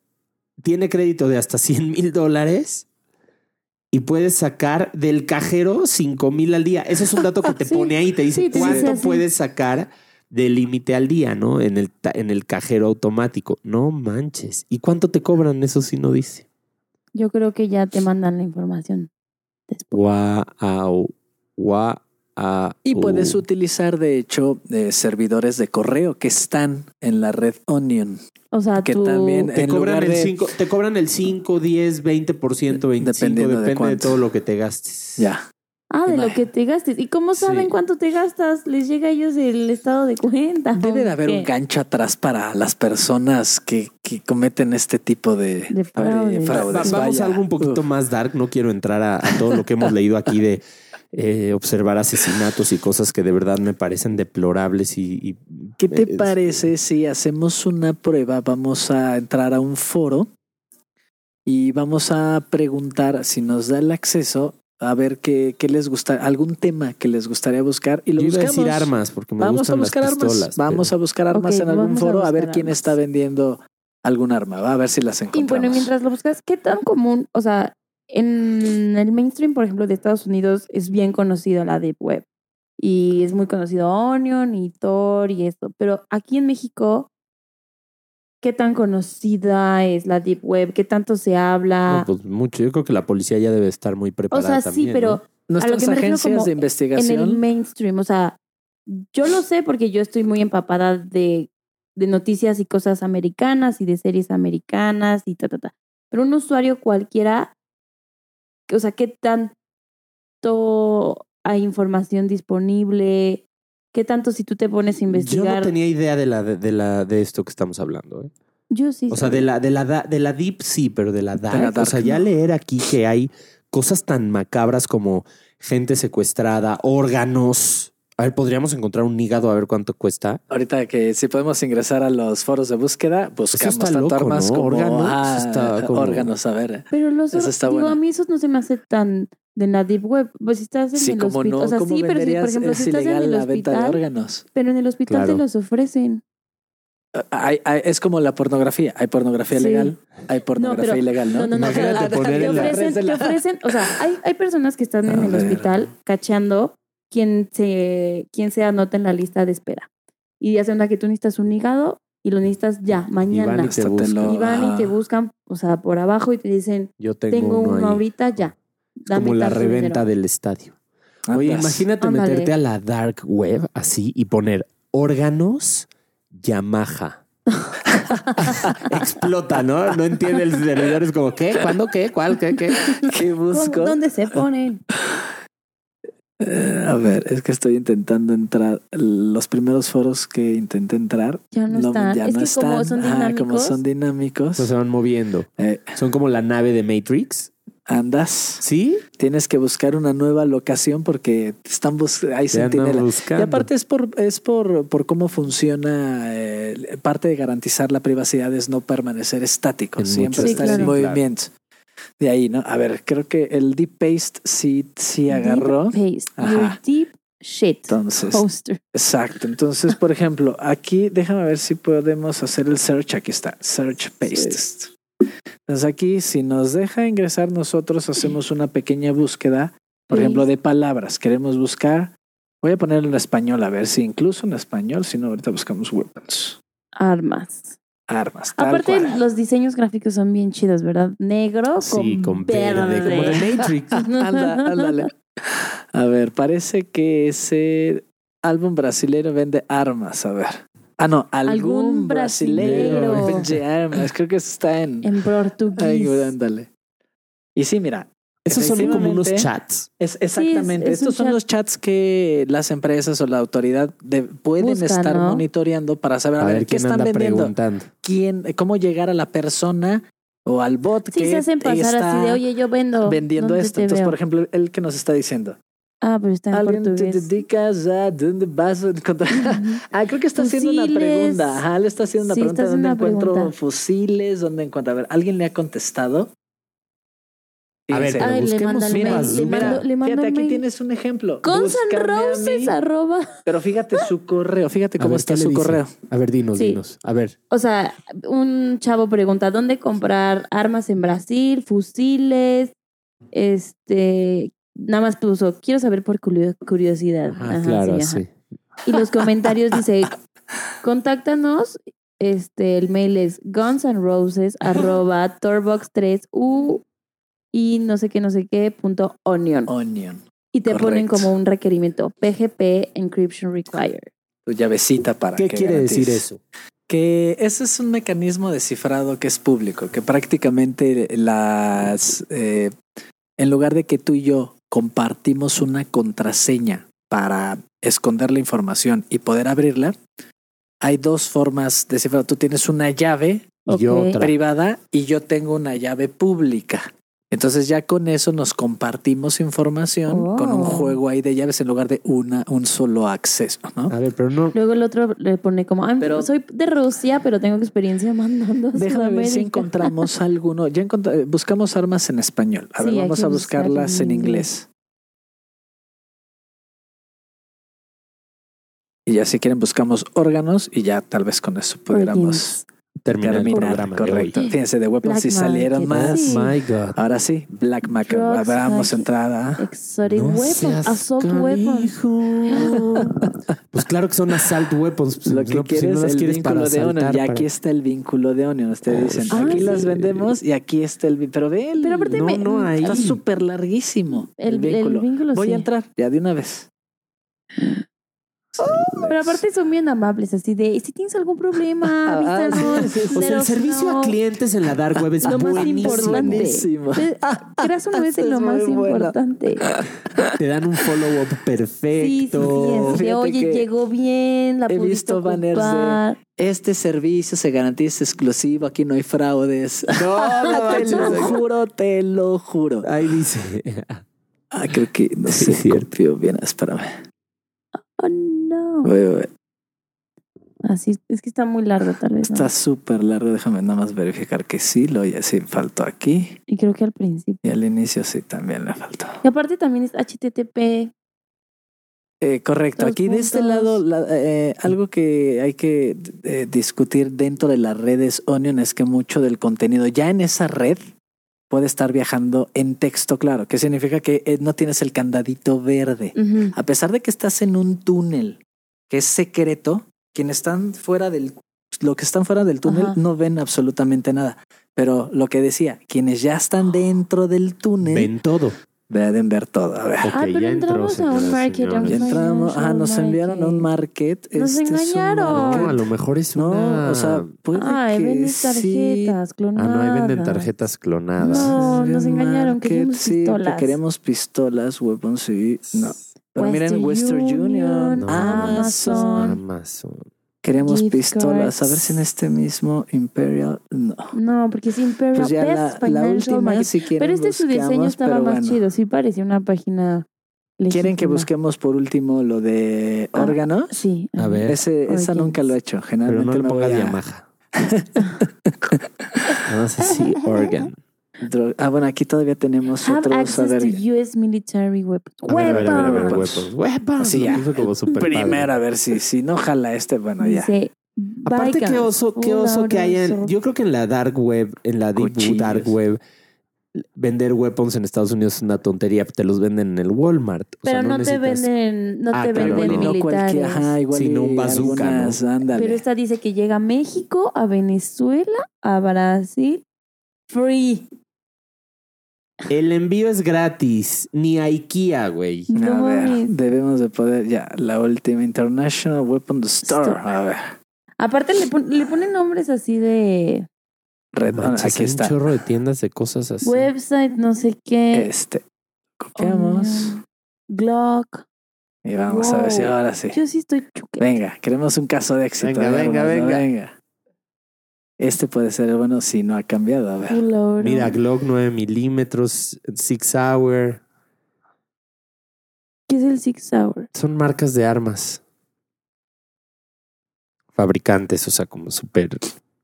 S3: Tiene crédito de hasta 100 mil dólares y puedes sacar del cajero 5 mil al día. Ese es un dato que te
S2: Sí.
S3: pone ahí. Te dice
S2: Sí, te dice
S3: cuánto
S2: así.
S3: puedes sacar de límite al día, ¿no? En el, ta- en el cajero automático. No manches. ¿Y cuánto te cobran? Eso sí no dice.
S2: Yo creo que ya te mandan la información.
S3: Wow. Wow. Uh.
S4: Y
S3: pues
S4: puedes utilizar, de hecho, eh, servidores de correo que están en la red Onion.
S2: O sea,
S4: Que
S2: tú-
S4: también-
S3: Te
S4: en
S3: cobran,
S4: lugar
S3: el
S4: de-
S3: 5, te cobran el 5, 10, 20%, 25%,
S4: Dependiendo de
S3: depende de,
S4: cuánto.
S3: todo lo que te gastes.
S4: Ya.
S2: Ah, de lo
S4: Imagínate.
S2: que te gastes. ¿Y cómo saben
S3: Sí.
S2: cuánto te gastas? Les llega a ellos el estado de cuenta.
S4: Debe de
S2: ¿o
S4: haber
S2: qué?
S4: un gancho atrás para las personas que, que cometen este tipo de,
S2: De fraudes.
S3: Eh, Va-
S4: fraudes.
S3: vamos
S4: Vaya.
S3: a algo un poquito
S4: Uf.
S3: más dark. No quiero entrar a, a todo lo que hemos leído aquí de eh, observar asesinatos y cosas que de verdad me parecen deplorables y, y- eh,
S4: ¿Qué te
S3: es-
S4: parece si hacemos una prueba? Vamos a entrar a un foro y vamos a preguntar si nos da el acceso a ver qué, qué les gusta, algún tema que les gustaría buscar y lo
S3: Yo iba a
S4: buscamos.
S3: decir armas porque me
S4: vamos a
S3: gustan
S4: buscar
S3: las
S4: armas.
S3: pistolas.
S4: Vamos a buscar armas
S2: Ok,
S4: en algún
S2: vamos a
S4: foro a, ver
S2: buscar
S4: quién
S2: armas.
S4: está vendiendo algún arma. Va a ver si las
S2: Y
S4: encontramos.
S2: bueno, mientras lo buscas, ¿qué tan común? O sea, en el mainstream, por ejemplo, de Estados Unidos es bien conocida la Deep Web. Y es muy conocido Onion y Tor y esto. Pero aquí en México, ¿qué tan conocida es la Deep Web? ¿Qué tanto se habla?
S3: No, pues mucho. Yo creo que la policía ya debe estar muy
S2: o
S3: preparada.
S2: sea, sí,
S3: también,
S2: pero
S3: ¿no?
S2: a lo que
S4: Nuestras
S2: me refiero
S4: agencias
S2: como
S4: de
S2: en el
S4: investigación.
S2: mainstream. O sea, yo lo sé porque yo estoy muy empapada de, de noticias y cosas americanas y de series americanas y ta, ta, ta. Pero un usuario cualquiera, o sea, ¿qué tanto hay información disponible? ¿Qué tanto si tú te pones a
S3: Yo no
S2: investigar?
S3: tenía idea de la de, de la de esto que estamos hablando. ¿eh?
S2: Yo sí.
S3: O sea, de la de la da- de la deep sí, pero de la dark.
S4: la dark,
S3: o sea, ya
S4: no.
S3: leer aquí que hay cosas tan macabras como gente secuestrada, órganos. A ver, podríamos encontrar un hígado a ver cuánto cuesta.
S4: Ahorita que si podemos ingresar a los foros de búsqueda, buscamos
S3: está
S4: tanto
S3: loco,
S4: armas
S3: ¿no?
S4: como
S3: Órganos,
S4: ah,
S3: está como-
S4: órganos. A ver.
S2: Pero los
S4: Eso está
S2: digo,
S4: bueno.
S2: a mí eso no se me hace tan de la deep web. Pues si estás en
S4: Sí,
S2: el
S4: como
S2: hospital.
S4: no,
S2: o sea,
S4: ¿cómo
S2: sí, pero si, por
S4: venderías?
S2: ejemplo,
S4: es
S2: si estás en
S4: ilegal
S2: el
S4: la venta de
S2: hospital,
S4: órganos. Ah,
S2: pero en el hospital
S3: Claro.
S2: te los ofrecen.
S4: Hay- hay- es como la pornografía. Hay pornografía
S2: Sí.
S4: legal, hay pornografía
S2: pero-
S4: ilegal, ¿no?
S2: No, no, no. pero-
S3: Imagínate
S2: te
S3: poner en la-
S2: ofrecen, te ofrecen- o sea, hay, hay personas que están
S4: A
S2: en el
S4: ver.
S2: hospital cachando quién se, quién se anota en la lista de espera. Y hacen una que tú necesitas un hígado y lo necesitas ya,
S3: Iván
S2: mañana.
S3: y te
S4: Hasta te
S3: buscan.
S4: lo- Ah,
S2: Y van y te
S4: Ajá.
S2: buscan, o sea, por abajo y te dicen,
S3: Yo tengo,
S2: tengo, uno,
S3: uno ahí.
S2: ahorita ya. Dame
S3: como la
S2: tanto
S3: reventa
S2: dinero".
S3: del estadio. Oye,
S4: Andas.
S3: imagínate
S2: Ándale.
S3: meterte a la dark web así y poner órganos Yamaha. Explota, ¿no? No entiende el servidor. Es como, ¿qué? ¿Cuándo? ¿Qué? ¿Cuál? ¿Qué? ¿Qué?
S4: ¿Qué
S2: ¿Cómo-
S4: busco?
S2: ¿Dónde se ponen?
S4: Eh, a ver, es que estoy intentando entrar. Los primeros foros que intenté entrar
S2: Ya no,
S4: no,
S2: están.
S4: ya
S2: es
S4: no
S2: que
S4: están.
S2: como son
S4: Ah,
S2: dinámicos,
S4: como son dinámicos,
S3: Entonces se van moviendo.
S4: eh,
S3: Son como la nave de Matrix.
S4: andas.
S3: ¿Sí?
S4: Tienes que buscar una nueva locación porque te están bus- hay
S3: Se andan
S4: sentinelas.
S3: buscando.
S4: Y aparte es por es por, por cómo funciona eh, parte de garantizar la privacidad es no permanecer estático,
S3: En
S4: siempre
S2: muchos
S4: estar en
S2: casos,
S3: claro.
S4: movimiento. De ahí, ¿no? A ver, creo que el deep paste sí, sí agarró.
S2: Deep paste, your
S4: Ajá.
S2: deep shit
S4: Entonces,
S2: poster.
S4: exacto. Entonces, por ejemplo, aquí déjame ver si podemos hacer el search. Aquí está, search paste. Entonces aquí, si nos deja ingresar, nosotros hacemos una pequeña búsqueda por ejemplo, de palabras. Queremos buscar. Voy a ponerlo en español, a ver si incluso en español, si no, ahorita buscamos weapons.
S2: armas.
S4: Armas. Tal
S2: Aparte,
S4: cual.
S2: los diseños gráficos son bien chidos, ¿verdad? Negro
S3: Sí, con verde, como de Matrix.
S4: Anda, ándale. A ver, parece que ese álbum brasileño vende armas. A ver. Ah, no, algún,
S2: Algún
S4: brasileño
S3: brasileiro.
S4: vende armas. Creo que eso está en.
S2: en
S4: Ay,
S2: portugués.
S4: güey, ándale. Y sí, mira,
S3: Esos son como unos
S4: Efectivamente.
S3: chats.
S4: Es exactamente.
S2: es un
S4: Estos son
S2: chat.
S4: los chats que las empresas o la autoridad de- pueden
S2: Buscan,
S4: estar
S2: ¿no?
S4: monitoreando para saber a, ver, qué
S3: quién
S4: están
S3: anda
S4: vendiendo,
S3: preguntando.
S4: quién, cómo llegar a la persona o al bot
S2: Sí,
S4: que
S2: se hacen pasar
S4: está
S2: así de, oye, yo vendo.
S4: vendiendo
S2: ¿dónde
S4: esto.
S2: te
S4: Entonces,
S2: veo?"
S4: por ejemplo, el que nos está diciendo,
S2: ah, pero está en
S4: alguien te
S2: portugués.
S4: dedicas a dónde vas a encontrar. Ah, creo que está haciendo una
S2: Fusiles.
S4: pregunta. Ajá, le está haciendo una
S2: Sí,
S4: pregunta.
S2: está
S4: ¿Dónde
S2: haciendo una
S4: encuentro
S2: pregunta.
S4: fusiles? ¿Dónde encuentro? A ver, ¿alguien le ha contestado?
S3: A ver,
S4: Fíjense.
S3: pero
S2: Ay, le
S3: busquemos
S2: manda el
S3: un
S2: mail,
S3: bazooka.
S2: le mando- le mando
S4: fíjate,
S2: el
S4: aquí
S2: mail.
S4: tienes un ejemplo.
S2: Guns N'
S4: Búscame a mí.
S2: Roses, arroba.
S4: Pero fíjate su correo, fíjate
S3: A
S4: cómo
S3: ver,
S4: está
S3: ¿qué le
S4: su
S3: dice?
S4: correo.
S3: A ver, dinos,
S2: Sí.
S3: dinos. A ver.
S2: O sea, un chavo pregunta, ¿dónde comprar armas en Brasil? Fusiles. Este, nada más puso, quiero saber por curio- curiosidad.
S3: Ah,
S2: Ajá,
S3: claro,
S2: sí, ajá.
S3: sí.
S2: Y los comentarios dice, contáctanos. Este, el mail es gunsandroses arroba torbox 3 u y no sé qué, no sé qué, punto onion.
S4: Onion,
S2: Y te ponen
S4: correcto.
S2: como un requerimiento, PGP Encryption Required.
S4: tu llavecita para
S3: ¿Qué
S4: que
S3: quiere
S4: garantices.
S3: decir eso?
S4: Que ese es un mecanismo de cifrado que es público, que prácticamente las eh, en lugar de que tú y yo compartimos una contraseña para esconder la información y poder abrirla, hay dos formas de cifrar. Tú tienes una llave
S3: Y yo
S2: Ok.
S3: otra.
S4: privada y yo tengo una llave pública. Entonces ya con eso nos compartimos información
S2: Oh.
S4: con un juego ahí de llaves en lugar de una, un solo acceso, ¿no?
S3: A ver, pero no.
S2: Luego el otro le pone como, "Ay,
S4: Pero-
S2: soy de Rusia, pero tengo experiencia mandando a
S4: Déjame ver si
S2: Sudamérica".
S4: encontramos alguno. Ya encontra- eh, buscamos armas en español. A
S2: Sí,
S4: ver,
S2: hay
S4: vamos
S2: que
S4: a buscarlas
S2: buscar en
S4: en inglés. Y ya si quieren buscamos órganos y ya tal vez con eso pudiéramos
S2: Organs.
S3: Termina el
S4: terminar.
S3: programa. de
S4: correcto. Ah,
S3: hoy.
S4: Fíjense, de Weapons
S2: Black
S4: si salieron
S2: Market,
S4: más.
S2: sí.
S3: Oh my God.
S4: Ahora sí, Black Market.
S2: Drugs,
S4: Vamos a
S2: like-
S4: entrar a...
S2: Exotic
S3: No
S2: weapons,
S3: seas
S2: assault
S3: canijo.
S2: weapons.
S3: Pues claro que son assault weapons. pues,
S4: Lo que
S3: no, pues, si
S4: quieres
S3: no las
S4: es el
S3: quieres para
S4: vínculo de Onion.
S3: asaltar,
S4: Y aquí
S3: para-
S4: está el vínculo de Onion. Ustedes
S3: Oh,
S4: dicen,
S3: sí.
S4: aquí las
S3: sí.
S4: vendemos y aquí está el... vi- Pero ve el-
S2: Pero aparte
S3: No,
S2: me-
S3: no hay.
S4: Está súper larguísimo
S2: el,
S4: el, vínculo. Voy
S2: sí.
S4: a entrar ya de una vez.
S3: Oh,
S2: Pero aparte son bien amables, así de, si tienes algún problema,
S4: Ah,
S2: avísanos.
S4: sí, sí, sí.
S3: O sea, el
S2: Pero
S3: servicio
S2: no.
S3: a clientes en la dark web es
S2: Lo más
S3: buenísimo.
S2: importante.
S4: Buenísimo.
S2: Pues, Creas o no es
S4: Eso
S2: lo
S4: es
S2: más
S4: muy bueno.
S2: importante.
S3: Te dan un
S2: Sí,
S3: follow-up
S2: sí, sí.
S3: perfecto.
S2: así de,
S4: Fíjate
S2: Oye,
S4: que
S2: llegó bien, la
S4: he
S2: pudiste
S4: visto banners de-
S2: ocupar".
S4: Este servicio se garantiza exclusivo, aquí no hay fraudes.
S3: No, no
S4: te
S3: manches,
S4: lo juro, te lo juro.
S3: Ahí dice.
S4: Ah, creo que no
S3: Sí,
S4: se
S3: es cierto.
S4: copió bien, espérame.
S2: Oh, no.
S4: Voy, voy, voy.
S2: Así, es que está muy largo tal vez. ¿no?
S3: Ah.
S4: Está súper largo, déjame nada más verificar que sí, lo ya sí faltó aquí.
S2: Y creo que al principio.
S4: Y al inicio sí también le faltó.
S2: Y aparte también es HTTP.
S4: Eh, correcto,
S2: Dos
S4: aquí de este
S2: puntos.
S4: lado la- eh, algo que hay que eh, discutir dentro de las redes Onion es que mucho del contenido ya en esa red puede estar viajando en texto claro, que significa que eh, no tienes el candadito verde.
S2: Ujú.
S4: A pesar de que estás en un túnel que es secreto, quienes están fuera del lo que están fuera del túnel
S2: Ajá.
S4: no ven absolutamente nada. Pero lo que decía, quienes ya
S2: Ah.
S4: están dentro del túnel
S3: Ven todo.
S4: deben ver todo. A ver.
S2: Ah, pero
S3: ya entró,
S2: entramos a un
S3: señoras y
S2: market. a un
S3: señores.
S4: Ya entramos, ah,
S2: financial
S4: nos enviaron a un
S2: market.
S4: market. este,
S2: Nos
S4: es un
S2: engañaron.
S3: No,
S4: market.
S3: a lo mejor es
S4: No,
S3: una.
S4: o sea, puede
S2: Ay,
S4: que
S2: venden
S4: sí.
S2: tarjetas
S3: ah,
S2: clonadas.
S3: no, ahí venden tarjetas clonadas.
S2: No,
S4: Es
S2: nos
S4: un
S2: engañaron,
S4: market,
S2: queríamos
S4: sí, pero
S2: pistolas.
S4: queremos pistolas, weapons, sí. No. Pero miren, Western Union, ah,
S2: No,
S4: Amazon.
S2: Amazon.
S3: Amazon.
S4: Queremos
S2: Gift
S4: pistolas. A ver
S2: cards.
S4: si en este mismo Imperial. No.
S2: No, porque es Imperial
S4: Pues ya la,
S2: Best
S4: la
S2: Financial
S4: última,
S2: Market.
S4: si quieren.
S2: Pero este su diseño
S4: buscamos,
S2: estaba
S4: pero
S2: más
S4: bueno.
S2: chido, sí parecía una página
S4: ¿Quieren que
S2: legítima.
S4: busquemos por último lo de
S2: Ah,
S4: órganos?
S2: Sí.
S3: A ver.
S4: Ese, esa
S2: Organs.
S4: nunca lo he hecho.
S3: Pero
S4: Generalmente
S3: no le
S4: me
S3: pongas
S4: voy a-
S3: Yamaha. Nada más así, Organ.
S4: Dro- Ah, bueno, aquí todavía tenemos
S2: Have
S4: otros. A
S2: access
S4: ver,
S2: to US military weapons.
S3: A ver, a ver, a ver, a ver,
S2: Weapons.
S3: Weapons. Weapons.
S4: Así
S3: Lo
S4: ya.
S3: puse como super padre.
S4: primero, a ver si, si no jala este, bueno, ya.
S2: Dice,
S3: Aparte,
S2: Vikings,
S3: qué oso, qué oso que
S2: Uranus,
S3: hayan. Yo creo que en la dark web, en la deep
S4: Cuchillos.
S3: dark web, vender weapons en Estados Unidos es una tontería. Te los venden en el Walmart. O sea,
S2: Pero no, te
S3: necesitas-
S2: venden, no
S3: Ah,
S2: te
S3: claro,
S2: venden
S3: no.
S4: no cualquiera,
S2: militares.
S4: ajá, igual
S3: Sino
S4: y
S3: un bazooka,
S4: algunas, ándale.
S2: Pero esta dice que llega a México, a Venezuela, a Brasil. Free.
S3: El envío es gratis. Ni a IKEA, güey.
S4: A
S2: No
S4: ver,
S2: mames.
S4: debemos de poder, ya, la última International Weapon Store.
S2: Store.
S4: A ver,
S2: Aparte le, pon- le ponen nombres así de
S4: red,
S3: Manches,
S4: aquí
S3: Ah, hay
S4: está.
S3: un chorro de tiendas de cosas así.
S2: website, no sé qué.
S4: Este, copiamos
S2: Onion, Glock. Oh,
S4: y vamos a ver si
S2: Wow.
S4: ahora sí.
S2: Yo sí estoy chuque.
S4: Venga, queremos un caso de éxito.
S3: Venga,
S4: A ver,
S3: venga,
S4: hermano,
S3: venga.
S4: Este puede ser el bueno si no ha cambiado. A ver,
S2: Culoro.
S3: Mira, Glock 9 milímetros, Six Hour.
S2: ¿Qué es el Six Hour?
S3: Son marcas de armas. Fabricantes, o sea, como súper.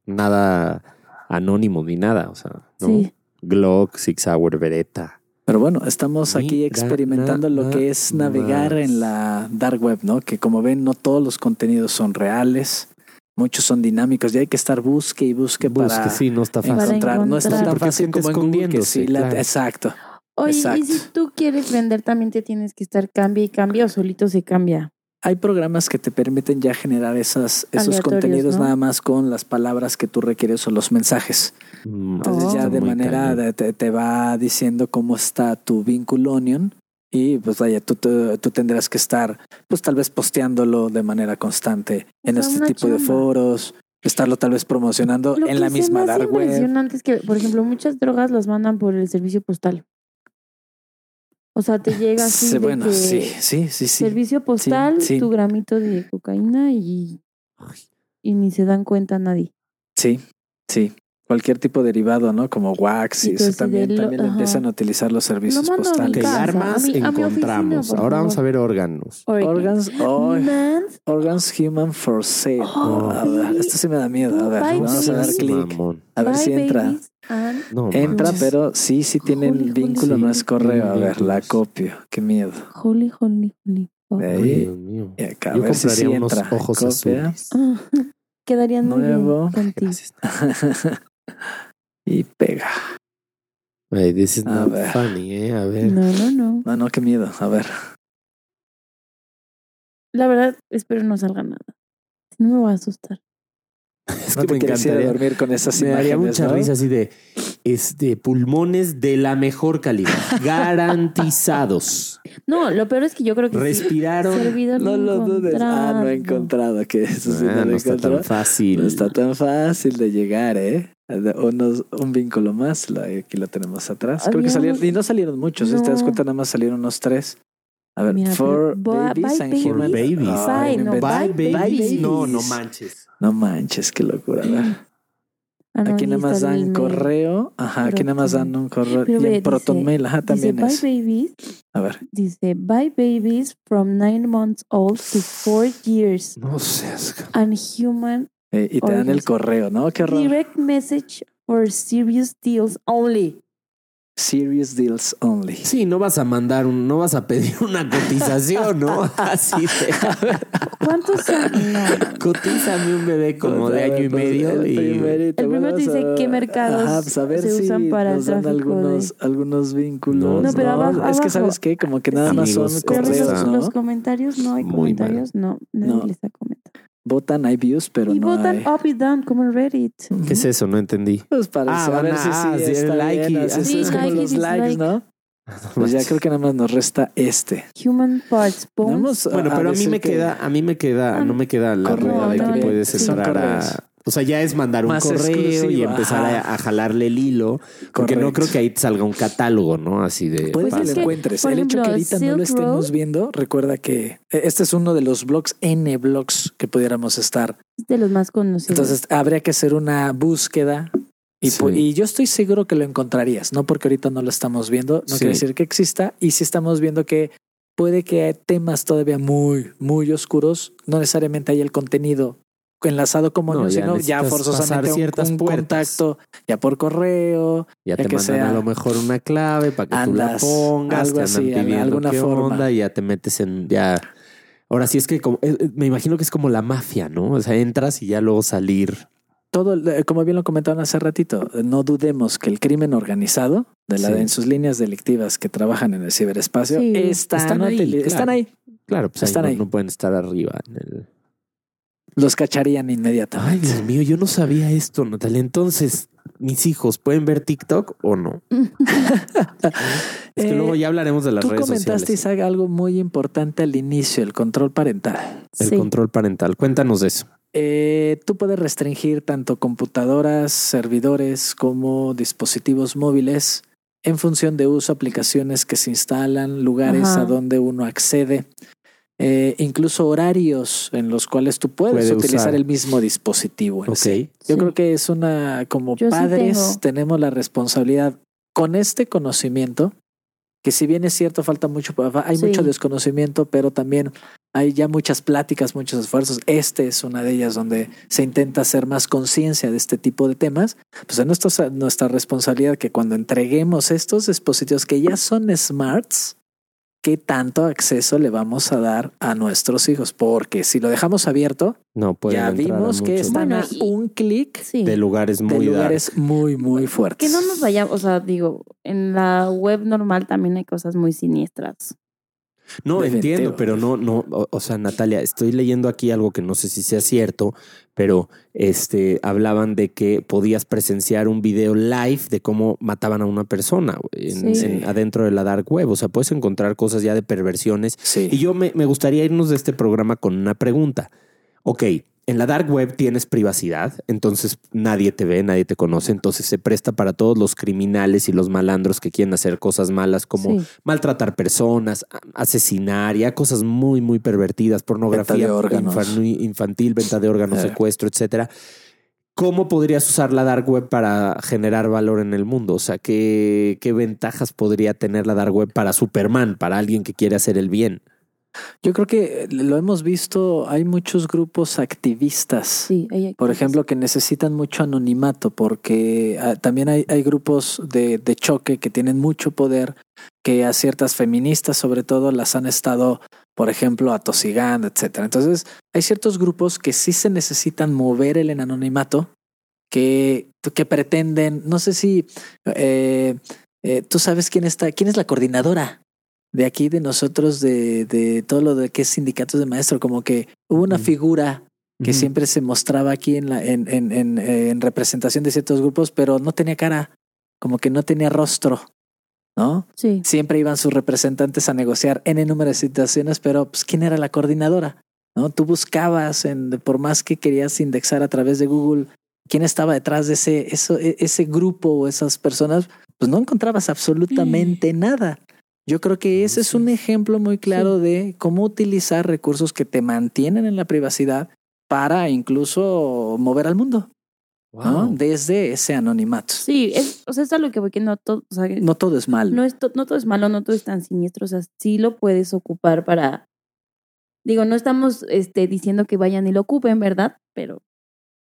S3: Nada anónimo ni nada, o sea, ¿no?
S2: Sí.
S3: Glock, Six Hour, Beretta.
S4: pero bueno, estamos aquí
S3: Mira
S4: experimentando lo que es
S3: nada
S4: navegar
S3: más.
S4: en la dark web, ¿no? Que como ven, no todos los contenidos son reales, muchos son dinámicos y hay que estar busque y busque,
S3: Busque,
S4: para
S3: pues, sí, no está
S2: Para
S3: fácil.
S4: encontrar. No está
S2: encontrar.
S4: tan
S3: Porque
S4: fácil
S3: gente
S4: como en Google, que
S3: escondiéndose,
S4: sí, la-
S3: claro.
S4: Exacto.
S2: Oye,
S4: Exacto.
S2: y si tú quieres vender, también te tienes que estar cambia y cambia o solito se cambia.
S4: Hay programas que te permiten ya generar esas, esos
S2: Aleatorios,
S4: contenidos
S2: ¿no?
S4: nada más con las palabras que tú requieres o los mensajes.
S3: Mm,
S4: Entonces
S2: Oh.
S4: ya
S3: está
S4: de
S3: muy
S4: manera
S3: cañón.
S4: de- te, te va diciendo cómo está tu vínculo Onion y pues vaya, tú, tú, tú tendrás que estar pues tal vez posteándolo de manera constante en
S2: sea,
S4: este
S2: Pues, una
S4: tipo de
S2: chamba.
S4: foros, estarlo tal vez promocionando
S2: Lo
S4: en la
S2: que se
S4: misma
S2: me hace
S4: dark web.
S2: impresionante es que, por ejemplo, muchas drogas las mandan por el servicio postal. O sea, te llega así
S4: Sí,
S2: de
S4: bueno,
S2: que
S4: sí, sí, sí, sí.
S2: servicio postal,
S4: sí.
S2: tu gramito de cocaína y, y ni se dan cuenta nadie.
S4: Sí, sí. Cualquier tipo de derivado, ¿no? Como wax
S2: Y
S4: y
S2: tú
S4: eso
S2: así de
S4: también,
S2: lo-
S4: también
S2: ajá.
S4: empiezan a utilizar los servicios
S2: mando a mi
S3: Ok,
S4: postales.
S2: casa.
S3: armas
S2: a mi- a mi
S3: encontramos.
S2: oficina, por
S3: Ahora vamos a
S2: favor.
S3: ver órganos.
S4: Organs, oh,
S2: Mans,
S4: organs human for sale.
S2: Oh,
S4: a ver,
S2: sí.
S4: esto sí me da miedo. A ver,
S2: Bye,
S4: vamos a dar
S2: baby.
S4: clic.
S3: Mamón.
S4: A ver
S2: bye,
S4: si entra.
S2: babies and-
S3: No,
S4: Entra,
S3: manches.
S4: pero sí, sí tiene
S2: Juli,
S4: el
S2: juli.
S4: vínculo, no es
S3: Sí,
S4: correo.
S3: tiene
S4: A ver, la
S3: vínculos.
S4: copio. Qué miedo.
S2: Holy, holy, holy. fuck.
S4: Eh.
S3: Ay,
S4: ahí.
S3: Dios mío.
S4: Y acá, A
S3: Yo
S4: ver si sí
S3: compraría unos
S4: entra.
S3: ojos
S4: Copia.
S3: azules.
S2: Ah, Quedarían muy
S4: Nuevo.
S2: bien contigo.
S4: y pega.
S3: Ay, this is
S4: A
S3: not
S4: ver.
S3: funny, ¿eh? A ver.
S2: No, no, no.
S4: No, no, qué miedo. A ver.
S2: La verdad, espero no salga nada. Si no me voy a asustar.
S3: Es
S4: no
S3: que
S4: te
S3: me
S4: quieres ir a
S3: encantaría.
S4: dormir con esas
S3: Me
S4: imágenes.
S3: daría mucha
S4: ¿no?
S3: risa así de este, pulmones de la mejor calidad, garantizados.
S2: No, lo peor es que yo creo que sí.
S3: Respiraron.
S2: Servidor
S4: No lo dudes. Ah, no he
S2: encontrado.
S4: encontrado. Que eso sí,
S3: Ah,
S4: no lo
S3: no
S4: he
S3: está
S4: encontrado.
S3: tan fácil.
S4: No está tan fácil de llegar, ¿eh? Unos- un vínculo más, la- aquí lo tenemos atrás. Creo que
S2: Había
S4: salieron,
S2: un-
S4: y no salieron muchos, ¿eh? ¿te das
S2: No.
S4: cuenta? Nada más salieron unos tres. A ver,
S2: Mira,
S4: for Ah,
S2: pero- Bye,
S4: babies
S2: bye,
S4: and
S2: babies.
S4: human-
S3: For babies.
S4: Ay,
S2: Bye, no,
S4: inventes.
S2: bye,
S3: Bye, baby.
S2: babies.
S3: No, no manches.
S4: No manches, qué locura. A ver,
S2: Ah, no,
S4: aquí
S2: ahí
S4: nada más
S2: está el
S4: dan
S2: mail.
S4: correo. Ajá, aquí nada más
S2: Proton.
S4: dan un correo.
S2: Pero
S4: Y
S2: ve,
S4: en
S2: dice-
S4: Proton Mail, ajá, también
S2: dice,
S4: es.
S2: Bye babies.
S4: A ver.
S2: Dice, bye babies from nine months old to four years.
S3: No seas.
S2: And human
S4: Eh, y te dan el
S2: Organs.
S4: correo, ¿no? Qué raro.
S2: direct message for serious deals only.
S4: Serious deals only.
S3: Sí, no vas a mandar un, no vas a pedir una cotización, ¿no? Así de
S2: ¿Cuántos son? No.
S3: cotízame un bebé como de año y medio
S4: El
S3: y
S4: primerito,
S2: El primero te
S4: vamos
S2: dice
S4: a-
S2: qué mercados
S4: Ajá, pues a ver
S2: se
S4: si
S2: usan para el
S4: nos dan
S2: tráfico
S4: algunos, algunos vínculos.
S3: No,
S4: No,
S3: no,
S4: pero
S3: pero
S2: abajo-
S4: es que
S2: abajo.
S4: sabes qué, como que nada más
S3: Amigos,
S4: son
S2: Pero
S3: Correos,
S2: los,
S4: correos, ¿no?
S2: los comentarios no hay
S3: Muy mal.
S2: comentarios, no, nadie
S4: No.
S2: les ha comentado.
S4: Votan, hay views, pero
S2: y
S4: no
S2: votan
S4: hay.
S2: up y down como en Reddit.
S3: ¿Qué es eso? No entendí.
S4: Pues para
S3: Ah,
S4: saber
S3: van
S4: si
S3: a- ah,
S4: sí
S3: sí,
S4: está
S3: like
S4: bien,
S3: y-
S4: así
S3: Sí,
S4: es como
S2: like y
S4: los likes,
S2: dislike.
S4: ¿no? Pues ya creo que nada más nos resta este.
S2: Human parts, bones.
S4: Vamos
S3: Bueno, pero a mí
S4: decir
S3: me
S4: que
S3: queda, a mí me queda, no me queda la
S4: Correo,
S3: duda de
S2: no,
S3: que
S2: no,
S3: puedes
S2: sí.
S3: entrar
S4: Son correos.
S3: a. O sea, ya es mandar un
S4: Más
S3: correo y
S4: exclusiva,
S3: empezar
S4: ajá.
S3: a, a jalarle el hilo. Porque no
S4: Correcto.
S3: creo que ahí te salga un catálogo, ¿no? Así de.
S4: Puede
S2: Pues
S4: que
S2: es
S4: lo
S2: que,
S4: encuentres.
S2: por
S4: El hecho que
S2: ejemplo,
S4: ahorita no lo
S2: Silk
S4: estemos
S2: Road-
S4: viendo, recuerda que eh, este es uno de los blogs, N blogs, que pudiéramos estar
S2: Es de los más conocidos.
S4: Entonces habría que hacer una búsqueda y,
S3: Sí.
S4: pu- y yo estoy seguro que lo encontrarías, no porque ahorita no lo estamos viendo, no
S3: Sí.
S4: quiere decir que exista y si estamos viendo que puede que hay temas todavía muy, muy oscuros, no necesariamente hay el contenido enlazado como
S3: No,
S4: no,
S3: ya
S4: sino ya
S3: necesitas pasar
S4: forzosamente un-
S3: ciertas
S4: un,
S3: puertas.
S4: contacto ya por correo,
S3: Ya
S4: Ya
S3: te
S4: que
S3: mandan
S4: sea.
S3: a lo mejor una clave para que
S4: Andas,
S3: tú la pongas,
S4: algo
S3: te
S4: así,
S3: andan
S4: al-
S3: pidiendo
S4: alguna
S3: qué
S4: forma.
S3: onda y ya te metes en ya. Ahora sí es que como, eh, eh, me imagino que es como la mafia, ¿no? O sea, entras y ya luego salir.
S4: todo, eh, como bien lo comentaron hace ratito, eh, no dudemos que el crimen organizado de la,
S3: Sí.
S4: en sus líneas delictivas que trabajan en el ciberespacio
S2: Sí.
S4: están,
S3: Están ahí,
S4: ateli-
S3: claro.
S4: están ahí.
S3: Claro, pues ahí
S4: Están
S3: no,
S4: ahí.
S3: no pueden estar arriba. en el-
S4: Los cacharían inmediatamente.
S3: Ay, Dios mío, yo no sabía esto, Natalia. Entonces, ¿mis hijos pueden ver TikTok o no? Es que
S4: Eh,
S3: luego ya hablaremos de las
S4: Tú
S3: redes
S4: comentaste,
S3: sociales.
S4: Isaac, algo muy importante al inicio, el control parental.
S3: El
S2: Sí.
S3: control parental. Cuéntanos de eso.
S4: Eh, tú puedes restringir tanto computadoras, servidores como dispositivos móviles en función de uso, aplicaciones que se instalan, lugares
S2: Ajá.
S4: a donde uno accede, eh, incluso horarios en los cuales tú puedes
S3: Puede
S4: utilizar
S3: usar.
S4: el mismo dispositivo. en
S3: Ok.
S4: sí. Yo
S2: Sí.
S4: creo que es una, como
S2: Yo sí
S4: padres,
S2: tengo.
S4: tenemos la responsabilidad con este conocimiento, que si bien es cierto, falta mucho, hay
S2: Sí.
S4: mucho desconocimiento, pero también hay ya muchas pláticas, muchos esfuerzos. Este es una de ellas donde se intenta hacer más conciencia de este tipo de temas. Pues es nuestra, nuestra responsabilidad que cuando entreguemos estos dispositivos que ya son smarts, ¿qué tanto acceso le vamos a dar a nuestros hijos? Porque si lo dejamos abierto,
S3: No pueden
S4: ya
S3: entrar a
S4: vimos que
S3: muchos
S4: están
S2: Bueno,
S4: a
S2: y-
S4: un clic
S2: sí.
S3: de lugares muy
S4: de
S3: dark.
S4: lugares muy, muy
S2: Que
S4: fuertes.
S2: no nos vayamos, o sea, digo, en la web normal también hay cosas muy siniestras.
S3: No,
S4: Definitivo.
S3: entiendo, pero no, no, o, o sea, Natalia, estoy leyendo aquí algo que no sé si sea cierto, pero este hablaban de que podías presenciar un video live de cómo mataban a una persona güey, en-
S2: Sí.
S3: en- adentro de la dark web. O sea, puedes encontrar cosas ya de perversiones.
S4: Sí.
S3: Y yo me, me gustaría irnos de este programa con una pregunta. Ok, en la dark web tienes privacidad, entonces nadie te ve, nadie te conoce, entonces se presta para todos los criminales y los malandros que quieren hacer cosas malas como
S2: Sí.
S3: maltratar personas, a- asesinar, ya cosas muy, muy pervertidas, pornografía
S4: de órganos.
S3: infan- infantil, venta de órganos,
S4: Eh.
S3: secuestro, etcétera. ¿Cómo podrías usar la dark web para generar valor en el mundo? O sea, ¿qué, qué ventajas podría tener la dark web para Superman, para alguien que quiere hacer el bien?
S4: Yo creo que lo hemos visto, hay muchos grupos activistas.
S2: Sí, ahí hay
S4: Por
S2: cosas.
S4: ejemplo, que necesitan mucho anonimato porque ah, también hay, hay grupos de, de choque que tienen mucho poder, que a ciertas feministas sobre todo las han estado, por ejemplo, atosigando, etcétera. Entonces, hay ciertos grupos que sí se necesitan mover el en anonimato, que, que pretenden, no sé si eh, eh, tú sabes quién está, quién es la coordinadora de aquí de nosotros, de, de todo lo de que es sindicatos de maestro, como que hubo una
S3: Mm.
S4: figura que
S3: Ujú.
S4: siempre se mostraba aquí en, la, en, en, en, eh, en representación de ciertos grupos, pero no tenía cara, como que no tenía rostro, ¿no?
S2: Sí.
S4: Siempre iban sus representantes a negociar en número de situaciones, pero pues, ¿quién era la coordinadora? ¿No? Tú buscabas, en, por más que querías indexar a través de Google, quién estaba detrás de ese, eso, e- ese grupo o esas personas, pues no encontrabas absolutamente nada. Yo creo que ese es un ejemplo muy claro de cómo utilizar recursos que te mantienen en la privacidad para incluso mover al mundo, ¿no?
S3: Wow.
S4: Desde ese anonimato.
S2: Sí, es, o sea, es a lo que voy, que no todo, o sea, que
S4: No todo es mal.
S2: no, es to- no todo es malo, no todo es tan siniestro, o sea, sí lo puedes ocupar para... Digo, no estamos este, diciendo que vayan y lo ocupen, ¿verdad? Pero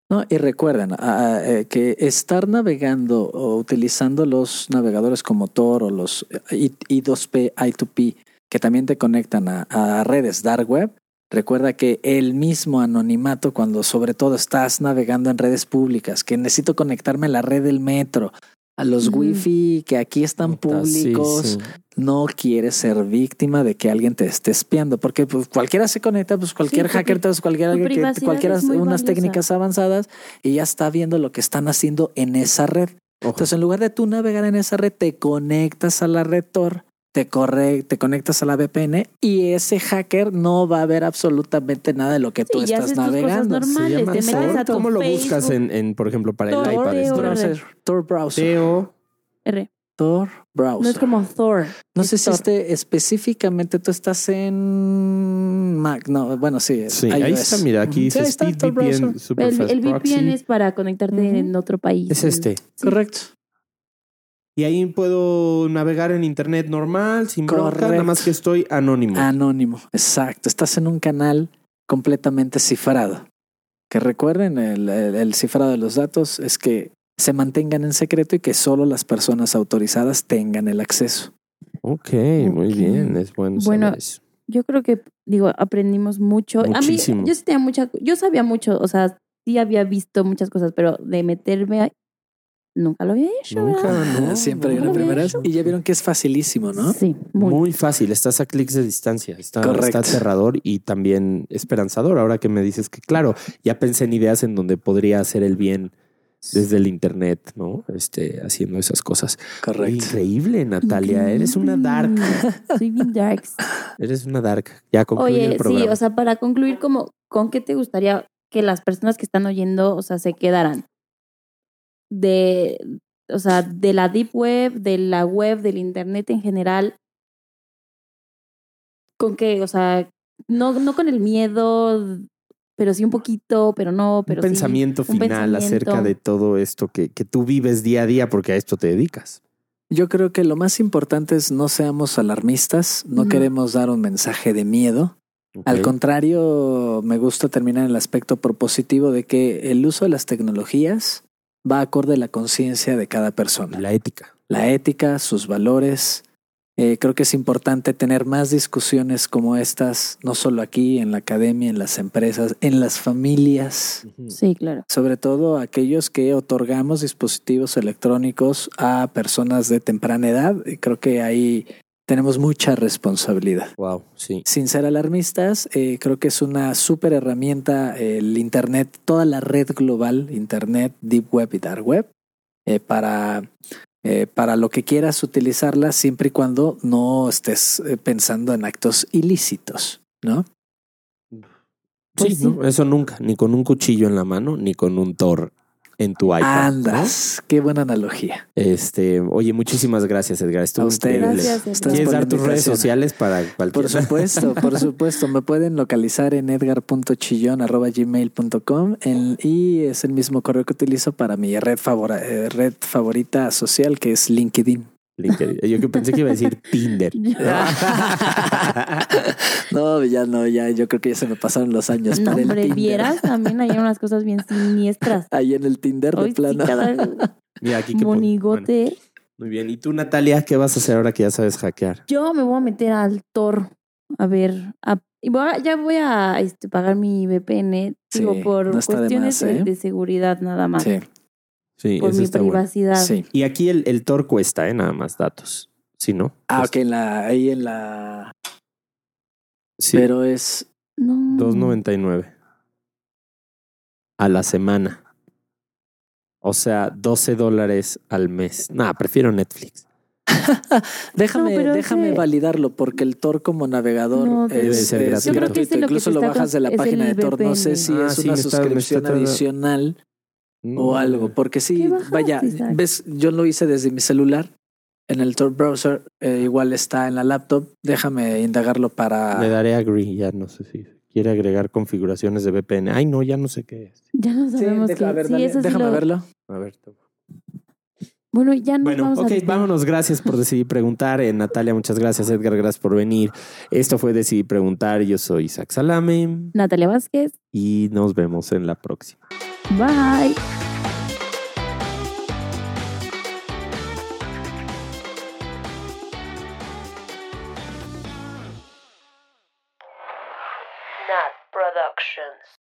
S4: No, y recuerden a- a- eh, que estar navegando o utilizando los navegadores como Tor o los eh, I, 2 p I2P que también te conectan a, a redes dark web, recuerda que el mismo anonimato cuando sobre todo estás navegando en redes públicas, que necesito conectarme a la red del metro, a los
S2: Ujú.
S4: wifi que aquí están
S3: Puta, sí,
S4: públicos,
S3: sí.
S4: no quieres ser víctima de que alguien te esté espiando, porque pues, cualquiera se conecta, pues cualquier
S2: tu
S4: hacker,
S2: pri-
S4: entonces, cualquier
S2: tu
S4: alguien que
S2: privacidad
S4: cualquiera
S2: es
S4: unas
S2: muy valiosa.
S4: técnicas avanzadas y ya está viendo lo que están haciendo en esa red.
S3: Ojo.
S4: Entonces, en lugar de tú navegar en esa red, te conectas a la red Tor, te corre, te conectas a la VPN y ese hacker no va a ver absolutamente nada de lo que tú
S2: sí, ya
S4: estás
S2: haces tus cosas
S4: navegando.
S3: Se
S2: normales,
S3: llama
S2: te metes
S3: Tor.
S2: a tu
S3: ¿Cómo lo
S2: Facebook,
S3: buscas en, en, por ejemplo, para el
S2: Tor,
S3: iPad? Es
S2: Tor.
S3: Tor.
S4: Browser, Tor browser,
S3: Teo.
S2: R,
S4: Tor browser.
S2: no es como Thor.
S4: No
S2: es
S4: sé si
S2: Thor.
S4: este específicamente tú estás en Mac. No, bueno, sí.
S3: Sí, ahí
S4: iOS.
S3: está, mira, aquí
S4: Ujú. Sí,
S3: dice
S4: ahí está,
S3: Speed
S4: Tor browser.
S3: VPN
S2: El,
S3: Superfast
S2: el VPN
S3: Proxy.
S2: es para conectarte
S4: Ujú.
S2: en otro país.
S3: Es este.
S4: Correcto.
S3: Y ahí puedo navegar en internet normal, sin bronca,
S4: Correcto.
S3: nada más que estoy anónimo.
S2: Ah.
S4: Anónimo. Exacto. Estás en un canal completamente cifrado. Que recuerden, el, el- el cifrado de los datos es que se mantengan en secreto y que solo las personas autorizadas tengan el acceso.
S3: Ok, muy
S2: Ok.
S3: bien, es bueno.
S2: Bueno,
S3: saber eso.
S2: Yo creo que, digo, aprendimos mucho. A
S3: Muchísimo.
S2: mí, yo sí tenía mucha, yo sabía mucho, o sea, sí había visto muchas cosas, pero de meterme a- nunca lo había hecho. ¿verdad?
S3: Nunca, no,
S4: Siempre hay
S3: no,
S4: una
S3: no,
S4: primera
S3: no.
S4: vez. Y ya vieron que es facilísimo, ¿no?
S2: Sí, muy.
S3: Muy. fácil, estás a clics de distancia, está, está
S4: Correcto.
S3: aterrador y también esperanzador. Ahora que me dices que, claro, ya pensé en ideas en donde podría hacer el bien desde el internet, ¿no? Este, haciendo esas cosas.
S4: Correcto.
S3: Increíble, Natalia, eres una dark.
S2: Increíble. Soy bien darks.
S3: Eres una dark. Ya concluye el
S2: Oye,
S3: programa.
S2: sí, o sea, para concluir, como, ¿con qué te gustaría que las personas que están oyendo, o sea, se quedaran? De, o sea, de la deep web, de la web, del internet en general. ¿Con qué? O sea, no, no con el miedo, pero sí un poquito, pero no, pero
S3: un pensamiento
S2: un
S3: final acerca
S2: pensamiento.
S3: de todo esto que, que tú vives día a día porque a esto te dedicas.
S4: Yo creo que lo más importante es no seamos alarmistas, no
S2: Ujú.
S4: queremos dar un mensaje de miedo. Al
S3: Ok.
S4: contrario, me gusta terminar en el aspecto propositivo de que el uso de las tecnologías va acorde a la conciencia de cada persona.
S3: la ética.
S4: La ética, sus valores. Eh, creo que es importante tener más discusiones como estas, no solo aquí, en la academia, en las empresas, en las familias
S2: sí. Sí, claro.
S4: sobre todo aquellos que otorgamos dispositivos electrónicos a personas de temprana edad. y Creo que ahí tenemos mucha responsabilidad.
S3: Wow, sí.
S4: Sin ser alarmistas, eh, creo que es una súper herramienta eh, el Internet, toda la red global, Internet, Deep Web y Dark Web, eh, para, eh, para lo que quieras utilizarla siempre y cuando no estés eh, pensando en actos ilícitos, ¿no?
S2: Pues
S3: sí, ¿no? eso nunca, ni con un cuchillo en la mano, ni con un Thor en tu iPad.
S4: Ah, Andas, qué buena analogía.
S3: Este, oye, muchísimas gracias, Edgar. Estuvo
S4: A ustedes.
S3: increíble.
S2: Gracias, Edgar.
S4: Ustedes
S3: ¿Quieres
S4: por la
S3: dar tus redes
S4: invitación.
S3: sociales para cualquier
S4: Por supuesto, por supuesto. Me pueden localizar en edgar.chillon.gmail.com en- y es el mismo correo que utilizo para mi red, favora- eh, red favorita social que es LinkedIn.
S3: LinkedIn? Yo que pensé que iba a decir Tinder.
S4: No, ya no, ya yo creo que ya se me pasaron los años.
S2: No,
S4: para el
S2: hombre,
S4: Tinder.
S2: vieras también hay unas cosas bien siniestras.
S4: Ahí en el Tinder de
S2: Hoy sí,
S4: plano.
S2: cada
S3: Mira, aquí que pon- bueno,
S2: monigote.
S3: muy bien. ¿Y tú, Natalia, qué vas a hacer ahora que ya sabes hackear?
S2: Yo me voy a meter al Tor. A ver, a- y voy a- ya voy a este, pagar mi VPN,
S4: Sí,
S2: digo, por
S4: no está de
S2: cuestiones
S4: más,
S2: de,
S4: ¿eh?
S2: de seguridad nada más.
S4: Sí,
S3: Sí,
S2: por
S3: eso
S2: mi
S3: está bueno.
S2: privacidad.
S4: sí.
S3: Y aquí el, el Tor cuesta, ¿eh? Nada más datos. Sí, ¿no? Pues
S4: Ah, ok,
S3: Cuesta.
S4: en la, ahí en la...
S3: Sí,
S4: Pero es...
S2: No.
S3: 2.99 a la semana. O sea, 12 dólares al mes. Nah, prefiero Netflix.
S4: Déjame,
S2: No, pero
S4: déjame
S2: ese-
S4: validarlo porque el Tor como navegador
S2: No,
S4: es,
S2: Debe
S3: ser
S4: es
S3: gratuito. Yo creo que
S2: ese es lo que
S4: Incluso
S2: te
S4: lo
S2: está
S4: bajas de la
S2: cos- es
S4: página de
S2: el
S4: Tor. No sé
S2: VPN.
S4: si
S3: Ah,
S4: es
S3: sí,
S4: una
S3: me está- me
S4: suscripción
S3: está-
S4: adicional o algo. Porque sí,
S2: ¿Qué bajaste,
S4: vaya,
S2: Isaac?
S4: ves, yo lo hice desde mi celular. En el Tor browser eh, igual está en la laptop. Déjame indagarlo para...
S3: Le daré agree, ya no sé si quiere agregar configuraciones de VPN. Ay, no, ya no sé qué es.
S2: Ya no
S4: Sí,
S2: sabemos
S4: deja-
S2: qué-
S4: a ver,
S2: sí,
S4: dale,
S2: eso sí
S4: déjame
S2: lo-
S4: verlo.
S3: A ver. toma.
S2: Bueno, ya nos
S3: Bueno,
S2: vamos a
S3: ok,
S2: despedir.
S3: vámonos. Gracias por decidir preguntar. Eh, Natalia, muchas gracias. Edgar, gracias por venir. Esto fue Decidir Preguntar. Yo soy Isaac Salame
S2: Natalia Vázquez,
S3: y nos vemos en la próxima.
S2: bye.
S6: Nat Productions.